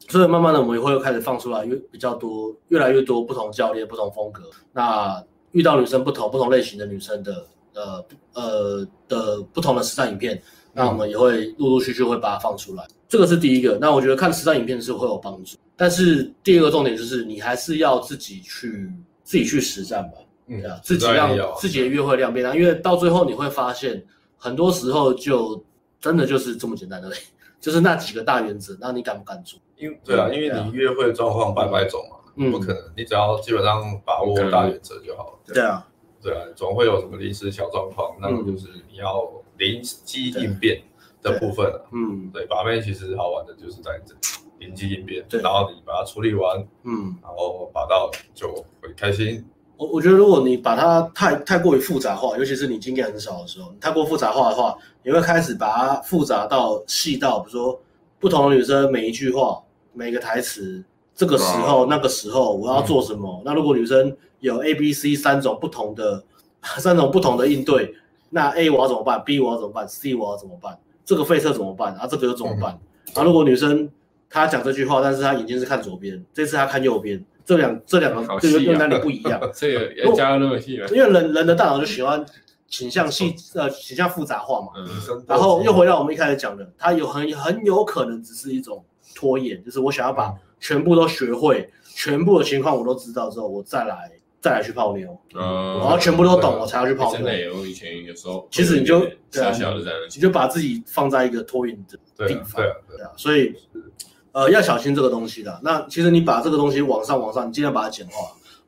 所以慢慢的我们也会开始放出来，越比较多，越来越多不同教练、不同风格，那遇到女生不同、不同类型的女生的呃呃的不同的实战影片，那我们也会陆陆续续会把它放出来，这个是第一个。那我觉得看实战影片是会有帮助，但是第二个重点就是你还是要自己去自己去实战吧。嗯对啊，自己当然让要自己的约会量变大，因为到最后你会发现，很多时候就真的就是这么简单的，就是那几个大原则，那你敢不敢做？因对啊，因为你约会状况百百种嘛，嗯不可能，你只要基本上把握大原则就好了。对啊，对啊，总会有什么临时小状况，那嗯就是你要临机应变的部分啊。嗯对，把妹其实好玩的就是在这临机应变，对然后你把它处理完，嗯，然后把到就会开心。我我觉得如果你把它太太过于复杂化，尤其是你经验很少的时候，你太过复杂化的话，你会开始把它复杂到细到，比如说不同的女生每一句话、每个台词，这个时哦候、那个时候我嗯要做什么。那如果女生有 A、B、C 三种不同的三种不同的应对，那 A 我要怎么办？B 我要怎么办？C 我要怎么办？这个费色怎么办？啊，这个又怎么办？嗯啊，如果女生她讲这句话，但是她眼睛是看左边，这次她看右边，这两这两个好这细个啊又哪里呃不一样？这个要加入那么细吗？因为人人的大脑就喜欢倾向细呃倾向复杂化嘛，嗯，然后又回到我们一开始讲的，它有很很有可能只是一种拖延，就是我想要嗯把全部都学会，全部的情况我都知道之后，我再来再来去泡妞，嗯哦我要全部都懂啊我才要去泡真妞的，耶，我以前有时候其实你就对啊小小的这样你就把自己放在一个拖延的对地啊方，对啊对啊对啊，所以呃要小心这个东西的。那其实你把这个东西往上往上，你尽量把它简化。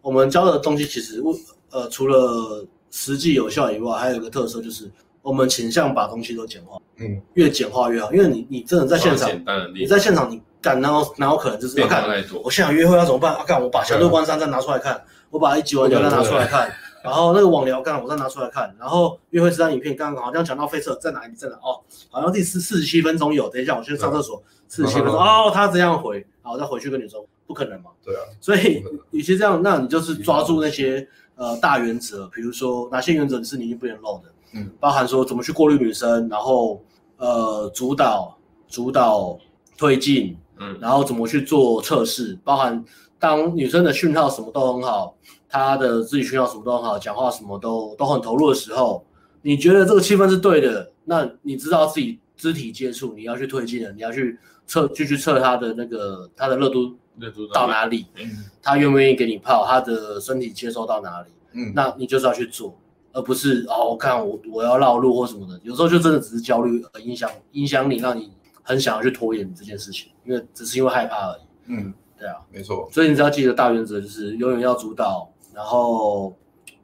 我们教的东西其实呃除了实际有效以外，还有一个特色就是我们倾向把东西都简化，嗯，越简化越好，因为你你真的在现场，简单的例你子，在现场你干，然后然后可能就是哦要变干化。太多我，现场约会要怎么办？啊，干，我把小鹿关山再拿出来看，我把一级玩家再拿出来看，然后那个网聊干我再拿出来看，然后约会这张影片刚刚好像讲到飞车在哪里在哪哦，好像第四四十七分钟有，等一下我去上厕所，四十七分钟哦，他这样回，好，我再回去跟你说，不可能嘛，对啊，嗯所以与其这样，那你就是抓住那些呃大原则，比如说哪些原则是你一定不能漏的，嗯，包含说怎么去过滤女生，然后呃主导主导推进，嗯，然后怎么去做测试，包含当女生的讯号什么都很好，她的自己讯号什么都很好，讲话什么都都很投入的时候，你觉得这个气氛是对的，那你知道自己肢体接触你要去推进了，你要去测，就去测她的那个她的热度热度到哪里，嗯她愿不愿意给你泡，她的身体接收到哪里，嗯那你就是要去做。而不是哦，我看我我要绕路或什么的，有时候就真的只是焦虑呃影响影响你，让你很想要去拖延这件事情，因为只是因为害怕而已。嗯，对啊，没错，所以你只要记得大原则就是永远要主导，然后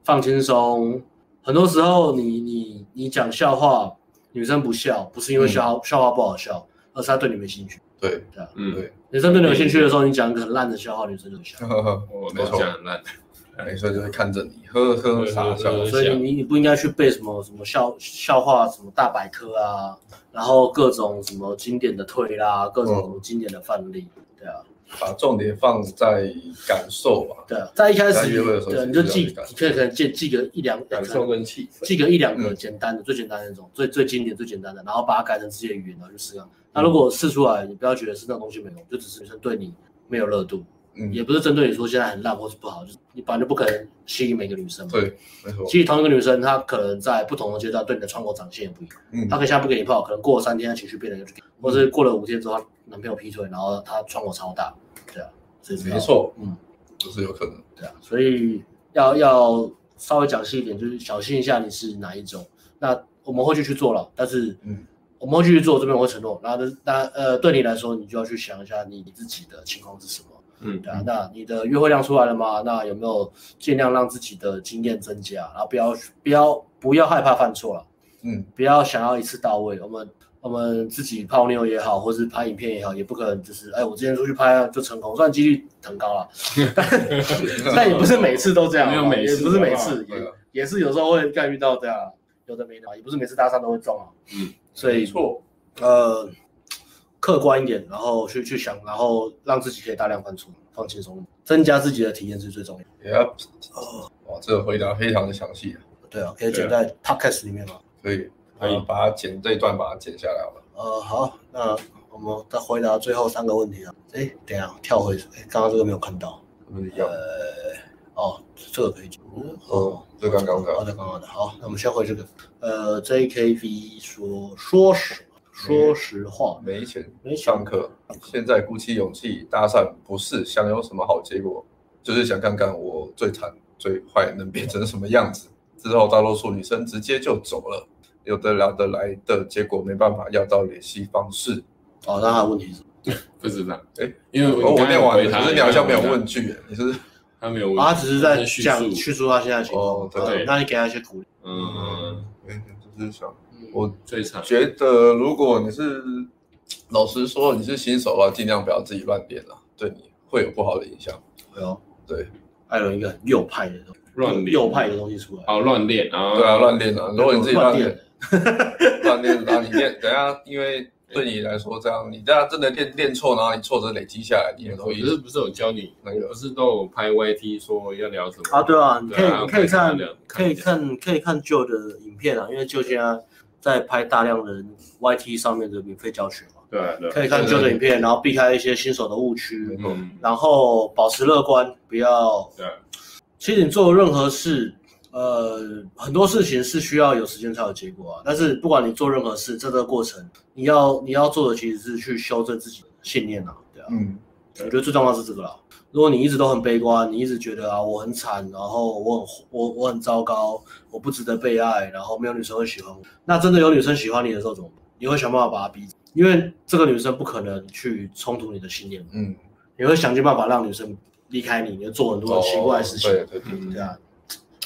放轻松。很多时候你你你讲笑话，女生不笑，不是因为笑、笑话不好笑，而是她对你没兴趣。对嗯，对，女生对你有兴趣的时候，你讲一个很烂的笑话，女生就会笑。呵呵我没都错讲很烂， 没错，就会看着你，呵呵傻笑，对所以你你不应该去背什么什么笑笑话，什么大百科啊，然后各种什么经典的推啦，各种什么经典的范例，对啊。把重点放在感受吧。对啊，在一开在始约会的时候对啊，你其就实记，要去你可以可能记记个一两感可能受跟气氛，记个一两个嗯简单的、最简单的那种、最最经典、最简单的，然后把它改成自己的语言，然后去试看。那如果试出来，你不要觉得是那种东西没用，就只是女生对你没有热度，嗯，也不是针对你说现在很烂或是不好，就是你本来就不可能吸引每个女生嘛。对，没错，其实同一个女生，她可能在不同的阶段对你的窗口长现也不一样。嗯她可能现在不给你泡，可能过了三天，她情绪变了，就给你或是过了五天之后，她男朋友劈腿，然后她窗口超大，对啊，所以知道没，错，嗯，就是有可能。对啊，所以要要稍微讲细一点，就是小心一下你是哪一种。那我们会去去做了，但是嗯我们会继续做这边我会承诺，然后呢，那呃对你来说，你就要去想一下你自己的情况是什么。嗯对啊，那你的约会量出来了吗？那有没有尽量让自己的经验增加，然后不要不要不要害怕犯错了，嗯，不要想要一次到位。我们我们自己泡妞也好，或是拍影片也好，也不可能就是哎，我之前出去拍啊就成功，虽然几率很高了， 但但也不是每次都这样，没有好不好每次也不是每好不次，好对啊也也是有时候会干遇到这样啊，有的没的啊，也不是每次搭讪都会中啊。嗯，所以没错，呃，客观一点，然后去去想，然后让自己可以大量犯错，放轻松，增加自己的体验是最重要的。也要哇，这个回答非常的详细啊，对啊，可以剪在 podcast 里面嘛。可以，可以啊把它剪这一段，把它剪下来好了。呃，好，那我们再回答最后三个问题啊。哎，等一下跳回，哎，刚刚这个没有看到。嗯，一样，哦，这个可以讲。哦哦，这刚刚好的，的，刚刚的。好，那我们先回这个。呃，JKV 说说实说实话，没钱没想上课，现在鼓起勇气搭讪，不是想有什么好结果，就是想看看我最惨最坏能变成什么样子。之后大多数女生直接就走了，有的聊得来的，结果没办法要到联系方式。哦，那他的问题是什么不知道，哎诶因为哦，我念完了，他，可是你好像没有问句，你是他没有问，啊他只是在叙讲述叙述他现在的情况。哦对呃那你给他一些鼓励。嗯，嗯，就是想嗯我最惨，觉得如果你是老实说你是新手啊，尽量不要自己乱练啊，对你会有不好的影响。哎呦，对，艾伦一个很右派的东西，乱练右派的东西出来。哦，乱练，然后对啊，乱练啊，如果你自己乱乱练， 乱练，然后你练，等一下因为对你来说这样，你这样真的练练错，然后你错着累积下来，你很容我易哦不是不是有教你，那个不是都有拍 YT 说要聊什么啊，对啊，你可对啊以你可以看可可以以看看可以看旧的影片啊，因为旧现在在拍大量的 YT 上面的免费教学嘛，对啊对啊，可以看旧的影片，然后避开一些新手的误区，嗯，然后保持乐观，不要。对啊，其实你做任何事，呃，很多事情是需要有时间才有结果啊。但是不管你做任何事，这个过程你要你要做的其实是去修正自己的信念啊，对啊。嗯，我觉得最重要是这个啦。如果你一直都很悲观，你一直觉得啊我很惨，然后我很我我很糟糕，我不值得被爱，然后没有女生会喜欢我，那真的有女生喜欢你的时候怎么办？你会想办法把她逼走，因为这个女生不可能去冲突你的信念，嗯，你会想尽办法让女生离开你，你会做很多很奇怪的事情，哦对对对嗯对啊，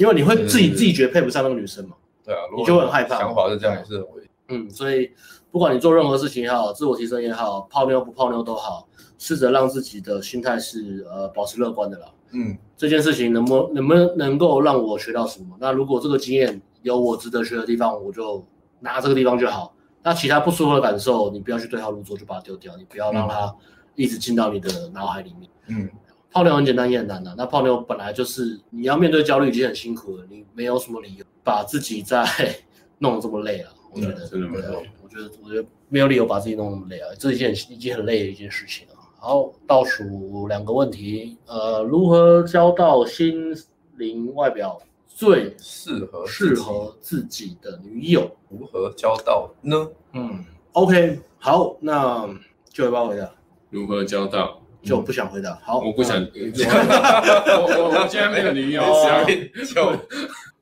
因为你会自己嗯自己觉得配不上那个女生嘛，对啊，如果你就很害怕想法是这样也是很危险。嗯，所以不管你做任何事情也好，自我提升也好，泡妞不泡妞都好，试着让自己的心态是呃保持乐观的啦。嗯，这件事情能不能不能能够让我学到什么？那如果这个经验有我值得学的地方，我就拿这个地方就好。那其他不舒服的感受，你不要去对号入座，就把它丢掉，你不要让它一直进到你的脑海里面。嗯，泡妞很简单也很难的、啊那泡妞本来就是你要面对焦虑已经很辛苦了，你没有什么理由把自己再 弄得这么累了。我觉得嗯真的没有对啊我觉得我觉得没有理由把自己弄得那么累啊，这已经很已经很累的一件事情了。然后倒数两个问题，呃，如何交到心灵外表最适合适自己合自己的女友？嗯如何交到呢？嗯，OK，好，那就尾巴回答，如何交到？ 就不想回答。好，我不想，那 我我我现在没有女友，啊啊你就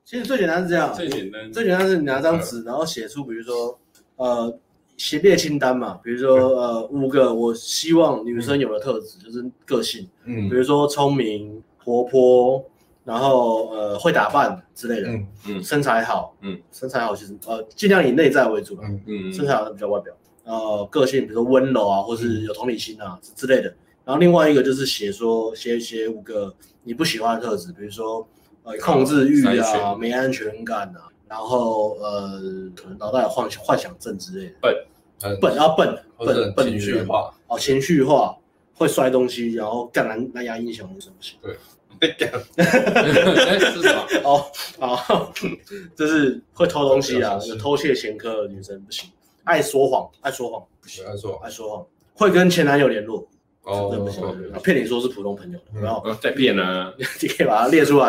其实最简单是这样，最简单，啊最简单是你拿张纸，然后写出，比如说，呃，写列清单嘛，比如说，嗯呃，五个我希望女生有的特质，就是个性，比嗯如说聪明、活泼，然后呃会打扮之类的，嗯身材好，嗯，身材好其实呃尽量以内在为主啦，嗯嗯，身材好比较外表，呃，个性比如说温柔啊，或是有同理心啊之之类的。然后另外一个就是写说写写五个你不喜欢的特质，比如说呃控制欲筛啊、选没安全感啊，然后呃可能脑袋有幻想幻想症之类的，嗯，笨啊笨或者笨很笨情女绪人化，哦情绪化，会摔东西，然后干蓝蓝牙音响什么东西。 哎是什么？哦，好， 就是会偷东西啊是，是有偷窃前科的女生不行，爱说谎，爱说谎，喜欢说爱说谎，会跟前男友联络，哦真的不行，骗你说是普通朋友的，然后哦在变啊，你可以把它列出来，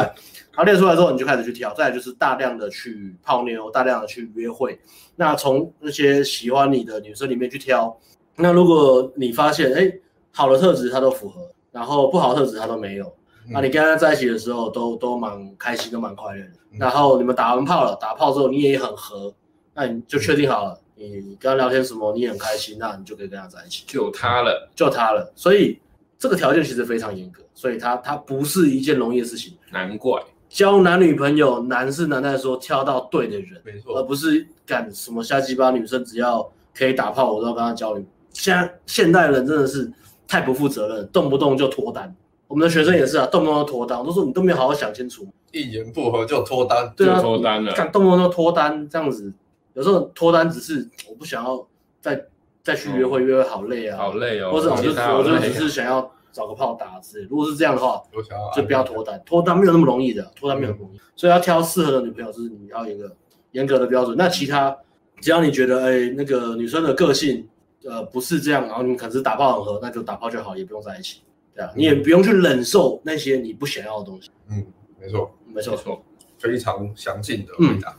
然后列出来之后你就开始去挑，再来就是大量的去泡妞，大量的去约会，那从那些喜欢你的女生里面去挑，那如果你发现哎好的特质她都符合，然后不好的特质她都没有，嗯那你跟她在一起的时候都都蛮开心，都蛮快乐的。嗯然后你们打完炮了，打炮之后你也很合，那你就确定好了，你跟他聊天什么，你也很开心，那你就可以跟他在一起，就他了，就他了。所以这个条件其实非常严格，所以他他不是一件容易的事情。难怪交男女朋友难是难在说挑到对的人，没而错，不是干什么瞎鸡巴女生只要可以打炮我都要跟她交流。现在现代人真的是太不负责任，动不动就脱单。我们的学生也是啊，动不动就脱单，我都说你都没有好好想清楚。一言不合就脱单，对就啊，脱单了，干动不动就脱单这样子，有时候脱单只是我不想要再再去约会，约会好累啊，好累哦，或者我就其是他好我就累只是想要找个炮打之类。如果是这样的话，有想要就不要脱单，脱单没有那么容易的，脱单没有那么容易，所以要挑适合的女朋友，就是你要有一个严格的标准。那其他，只要你觉得，哎、那个女生的个性，呃，不是这样，然后你们可能是打炮很合，那就打炮就好，也不用在一起，对啊，你也不用去忍受那些你不想要的东西。嗯，没错，没没错，错，非常详尽的回答。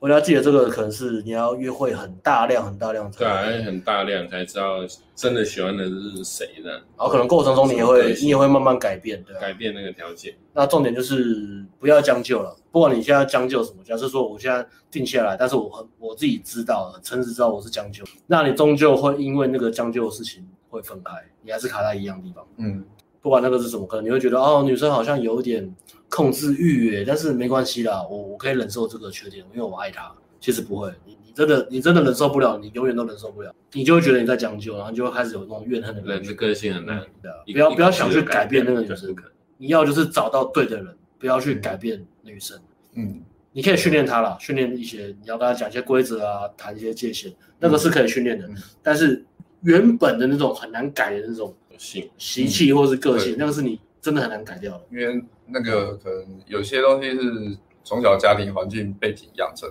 我了解这个可能是你要约会很大量、很大量才对啊，而且很大量才知道真的喜欢的是谁呢，然后可能过程中你也对会你也会慢慢改变，对啊、改变那个条件，那重点就是不要将就了，不管你现在将就什么，假设说我现在定下来，但是我很我自己知道了，诚实知道我是将就，那你终究会因为那个将就的事情会分开，你还是卡在一样地方。嗯，不管那个是什么，可能你会觉得哦，女生好像有点控制欲耶，但是没关系啦，我我可以忍受这个缺点，因为我爱她。其实不会，你你真的你真的忍受不了，你永远都忍受不了，你就会觉得你在将就，然后你就会开始有那种怨恨的感人觉的。个性很难，对啊嗯一不要一不要想去口气就改变那个对女生不，可能你要就是找到对的人，不要去改变女生。嗯，你可以训练她啦，训练一些你要跟她讲一些规则啊，谈一些界限，那个是可以训练的。嗯但是原本的那种很难改的那种有性，习气或是个性，对那个是你真的很难改掉的。因为那个可能有些东西是从小家庭环境背景养成，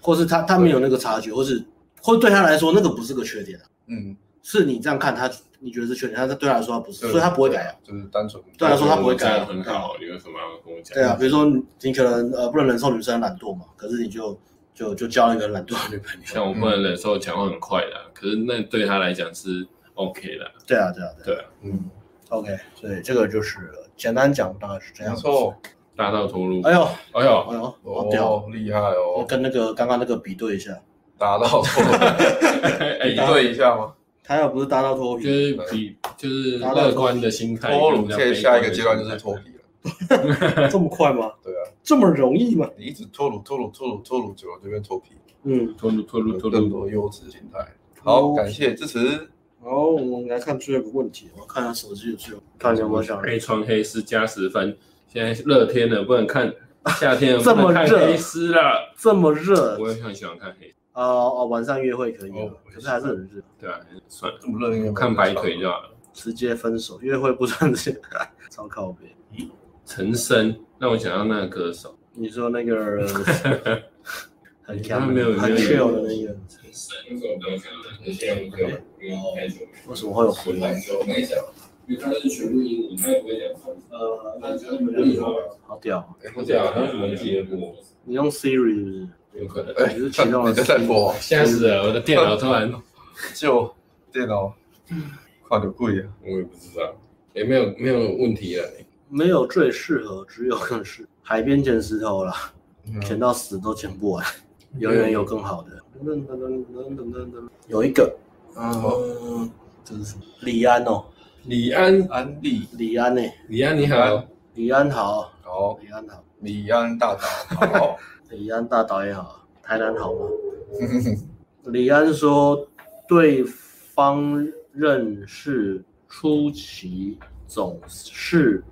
或是他他没有那个察觉，或是或对他来说那个不是个缺点啊，嗯，是你这样看他，你觉得是缺点，但是对他来说他不是，对所以他不会改啊。就是单纯对啊说他不会改这样很好，你为什么要跟我讲？对啊，比如说你可能呃不能忍受女生懒惰嘛，可是你就就就交了一个懒惰的女朋友。像我不能忍受讲话很快的，可是那对他来讲是 OK 的，对啊，对啊，对啊。对啊，嗯， OK，所以这个就是简单讲大概是这没样。错，大到脱路。哎呦，哎呦，哎呦，好屌！哦，厉害我哦，跟那个刚刚那个比对一下，达到错， 哎比对一下吗？他要不是搭到脱就皮，是比就是乐观的心态。脱乳现在下一个阶段就是脱皮了，这么快吗？对啊，这么容易吗？你一直脱乳脱乳脱乳脱乳，久了就变脱皮，嗯，脱路脱路有脱更路，多优质形态。好，感谢支持，好，我们来看最后一个问题，我看一下手机有没有，看有没有想黑穿黑丝加十分。现在热天了，不能看啊夏天了这么不能看热黑丝了。这么热我也很喜欢看黑，啊哦，晚上约会可以啊哦，可是还是很热，对啊，算了，这么热应该看白腿就好了。直接分手，约会不算这些， 超靠背。陈升让我想到那个歌手，你说那个很强他没有很没有 chill 的那个，陈升让我想到那个为什么会有回音？因为他是全部英文，他也不会讲中文。呃，那就没有了好屌哦！哎我讲啊他什么节目？你用 Siri 是不是？有可能。哎，你是启动了你在播啊，吓死了！我的电脑突然，就电脑，快点贵啊！我也不知道，也没有没有问题啊了。没有最适合，只有更适。海边捡石头啦，捡到死都捡不完，永远有更好的。有一个，嗯，这是什么？李安哦，李安，安利，李安呢、欸李安你好，李安好，好，李安好，李安大导，好，李安大导演好，台南好吗？李安说，对方认识初期总是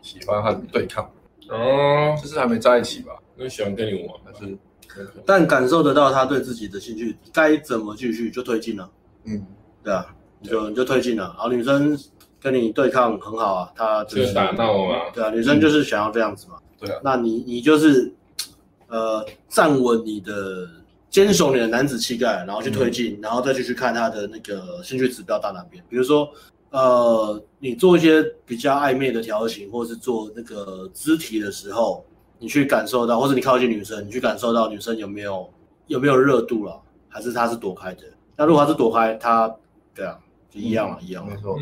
喜欢和你对抗，哦，就是还没在一起吧？我喜欢跟你玩，还是，呃但感受得到他对自己的兴趣，该怎么继续就推进了，嗯，对啊，你就你就推进了。然后女生跟你对抗很好啊，她就就是打闹嘛，对啊，女生就是想要这样子嘛。对啊，那你你就是呃站稳你的坚守你的男子气概，然后去推进，然后再去去看他的那个兴趣指标到哪边，比如说。呃，你做一些比较暧昧的调情，或是做那个肢体的时候，你去感受到，或者你靠近女生，你去感受到女生有没有有没有热度了，还是她是躲开的？那如果她是躲开，她对啊，就一样了，一样没了。错，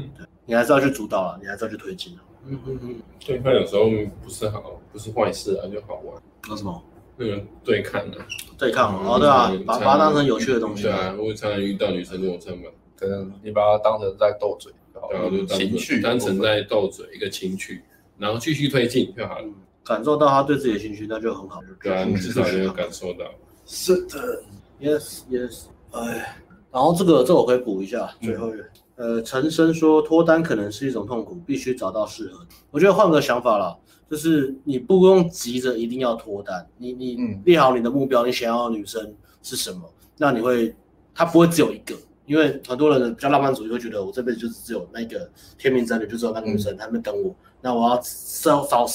你还是要去主导了，你还是要去推进了。嗯嗯嗯。对方有时候不是好，不是坏事啊，就好玩。那什么？那个对抗啊，对抗嘛，哦对啊嗯，把差把它当不多成有趣的东西对。啊，我常常遇到女生跟我称嘛，可能你把它当成在斗嘴，然嗯然后就后当情绪成的当部成分在斗嘴一个情趣，然后继续推进就好了。嗯，感受到他对自己的兴趣，那就很好。对啊，就你是至少也有感受到。是的，yes yes，哎，然后这个这我可以补一下，最后一个，呃，陈生说脱单可能是一种痛苦，必须找到适合的。我觉得换个想法啦，就是你不用急着一定要脱单，你你嗯列好你的目标，你想要的女生是什么，那你会，她不会只有一个。因为很多人比较浪漫主义会觉得，我这辈子就是只有那个天命真女，就只有那个女生，她们等我，那我要找找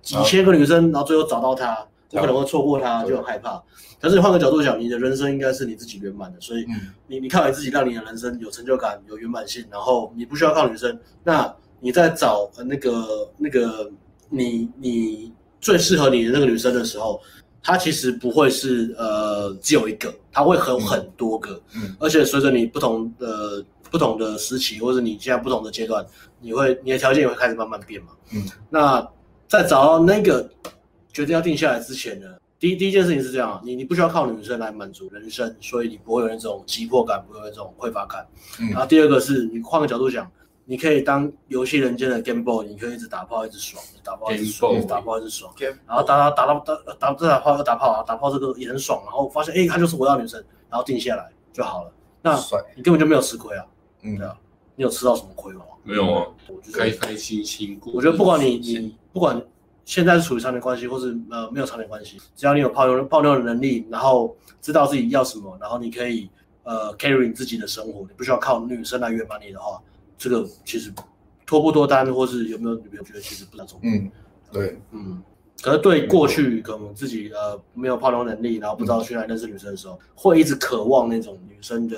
几千个女生，然后最后找到她，我可能会错过她，就很害怕。可是你换个角度想，你的人生应该是你自己圆满的，所以嗯你你靠你自己让你的人生有成就感、有圆满性，然后你不需要靠女生，那你在找呃那个那个你你最适合你的那个女生的时候，她其实不会是呃只有一个，她会很很多个，嗯而且随着你不同的不同的时期，或者你现在不同的阶段，你会你的条件也会开始慢慢变嘛，嗯，那在找到那个决定要定下来之前呢，第一第一件事情是这样啊，你你不需要靠女生来满足人生，所以你不会有那种急迫感，不会有那种匮乏感。嗯然后第二个是你换个角度讲，你可以当游戏人间的 Game Boy，你可以一直打炮，一直爽，一直打炮，一直 Game 爽，一直 Boy 打炮，一直爽。 ，game 然后打打打到打打这打炮又打炮啊，打炮这个也很爽，然后发现哎，她就是我要的女生，然后定下来就好了。那帅，你根本就没有吃亏啊，嗯对啊你有吃到什么亏吗？没有啊，我觉得开开心心过。我觉得不管你是你不管现在是处于长远关系，或是呃没有长远关系，只要你有泡妞泡妞的能力，然后知道自己要什么，然后你可以呃 carry 你自己的生活，你不需要靠女生来圆满你的话，这个其实脱不脱单，或是有没有女朋友，我觉得其实不太重要。嗯，对，嗯，可是对过去可能自己呃没有泡妞能力，然后不知道去哪里认识女生的时嗯候，会一直渴望那种女生的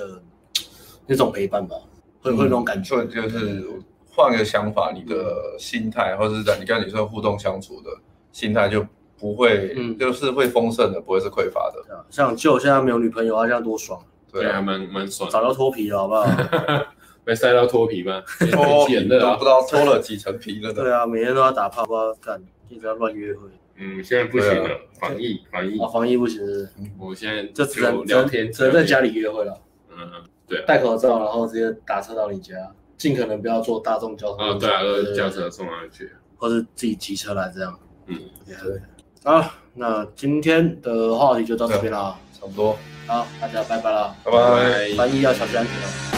那种陪伴吧，嗯会会那种感觉。就就是换个想法，你的心态，或者是在你跟女生互动相处的心态，就不会，嗯就是会丰盛的，不会是匮乏的，对啊像就现在没有女朋友啊，这样多爽啊！对对啊，还啊，蛮蛮爽的。早就脱皮了，好 不好？被晒到脱 皮吗？脱天气皮很哦都热啊不知。道脱了几层皮了的，对啊，每天都要打泡泡，干，一直要乱约会。嗯，现在不行了，防疫防疫啊，，防疫不行是我现在不是，就只嗯就能聊天，只能只能在聊天。家里约会了，嗯，对啊，戴口罩，然后直接打车到你家，尽可能不要坐大众交通工啊具。对啊，都是对轿对车送上去。或是自己骑车来这样。嗯也可以，好，那今天的话题就到这边了啊。差不多，好，大家拜拜了，拜拜。防疫要小心安全哦。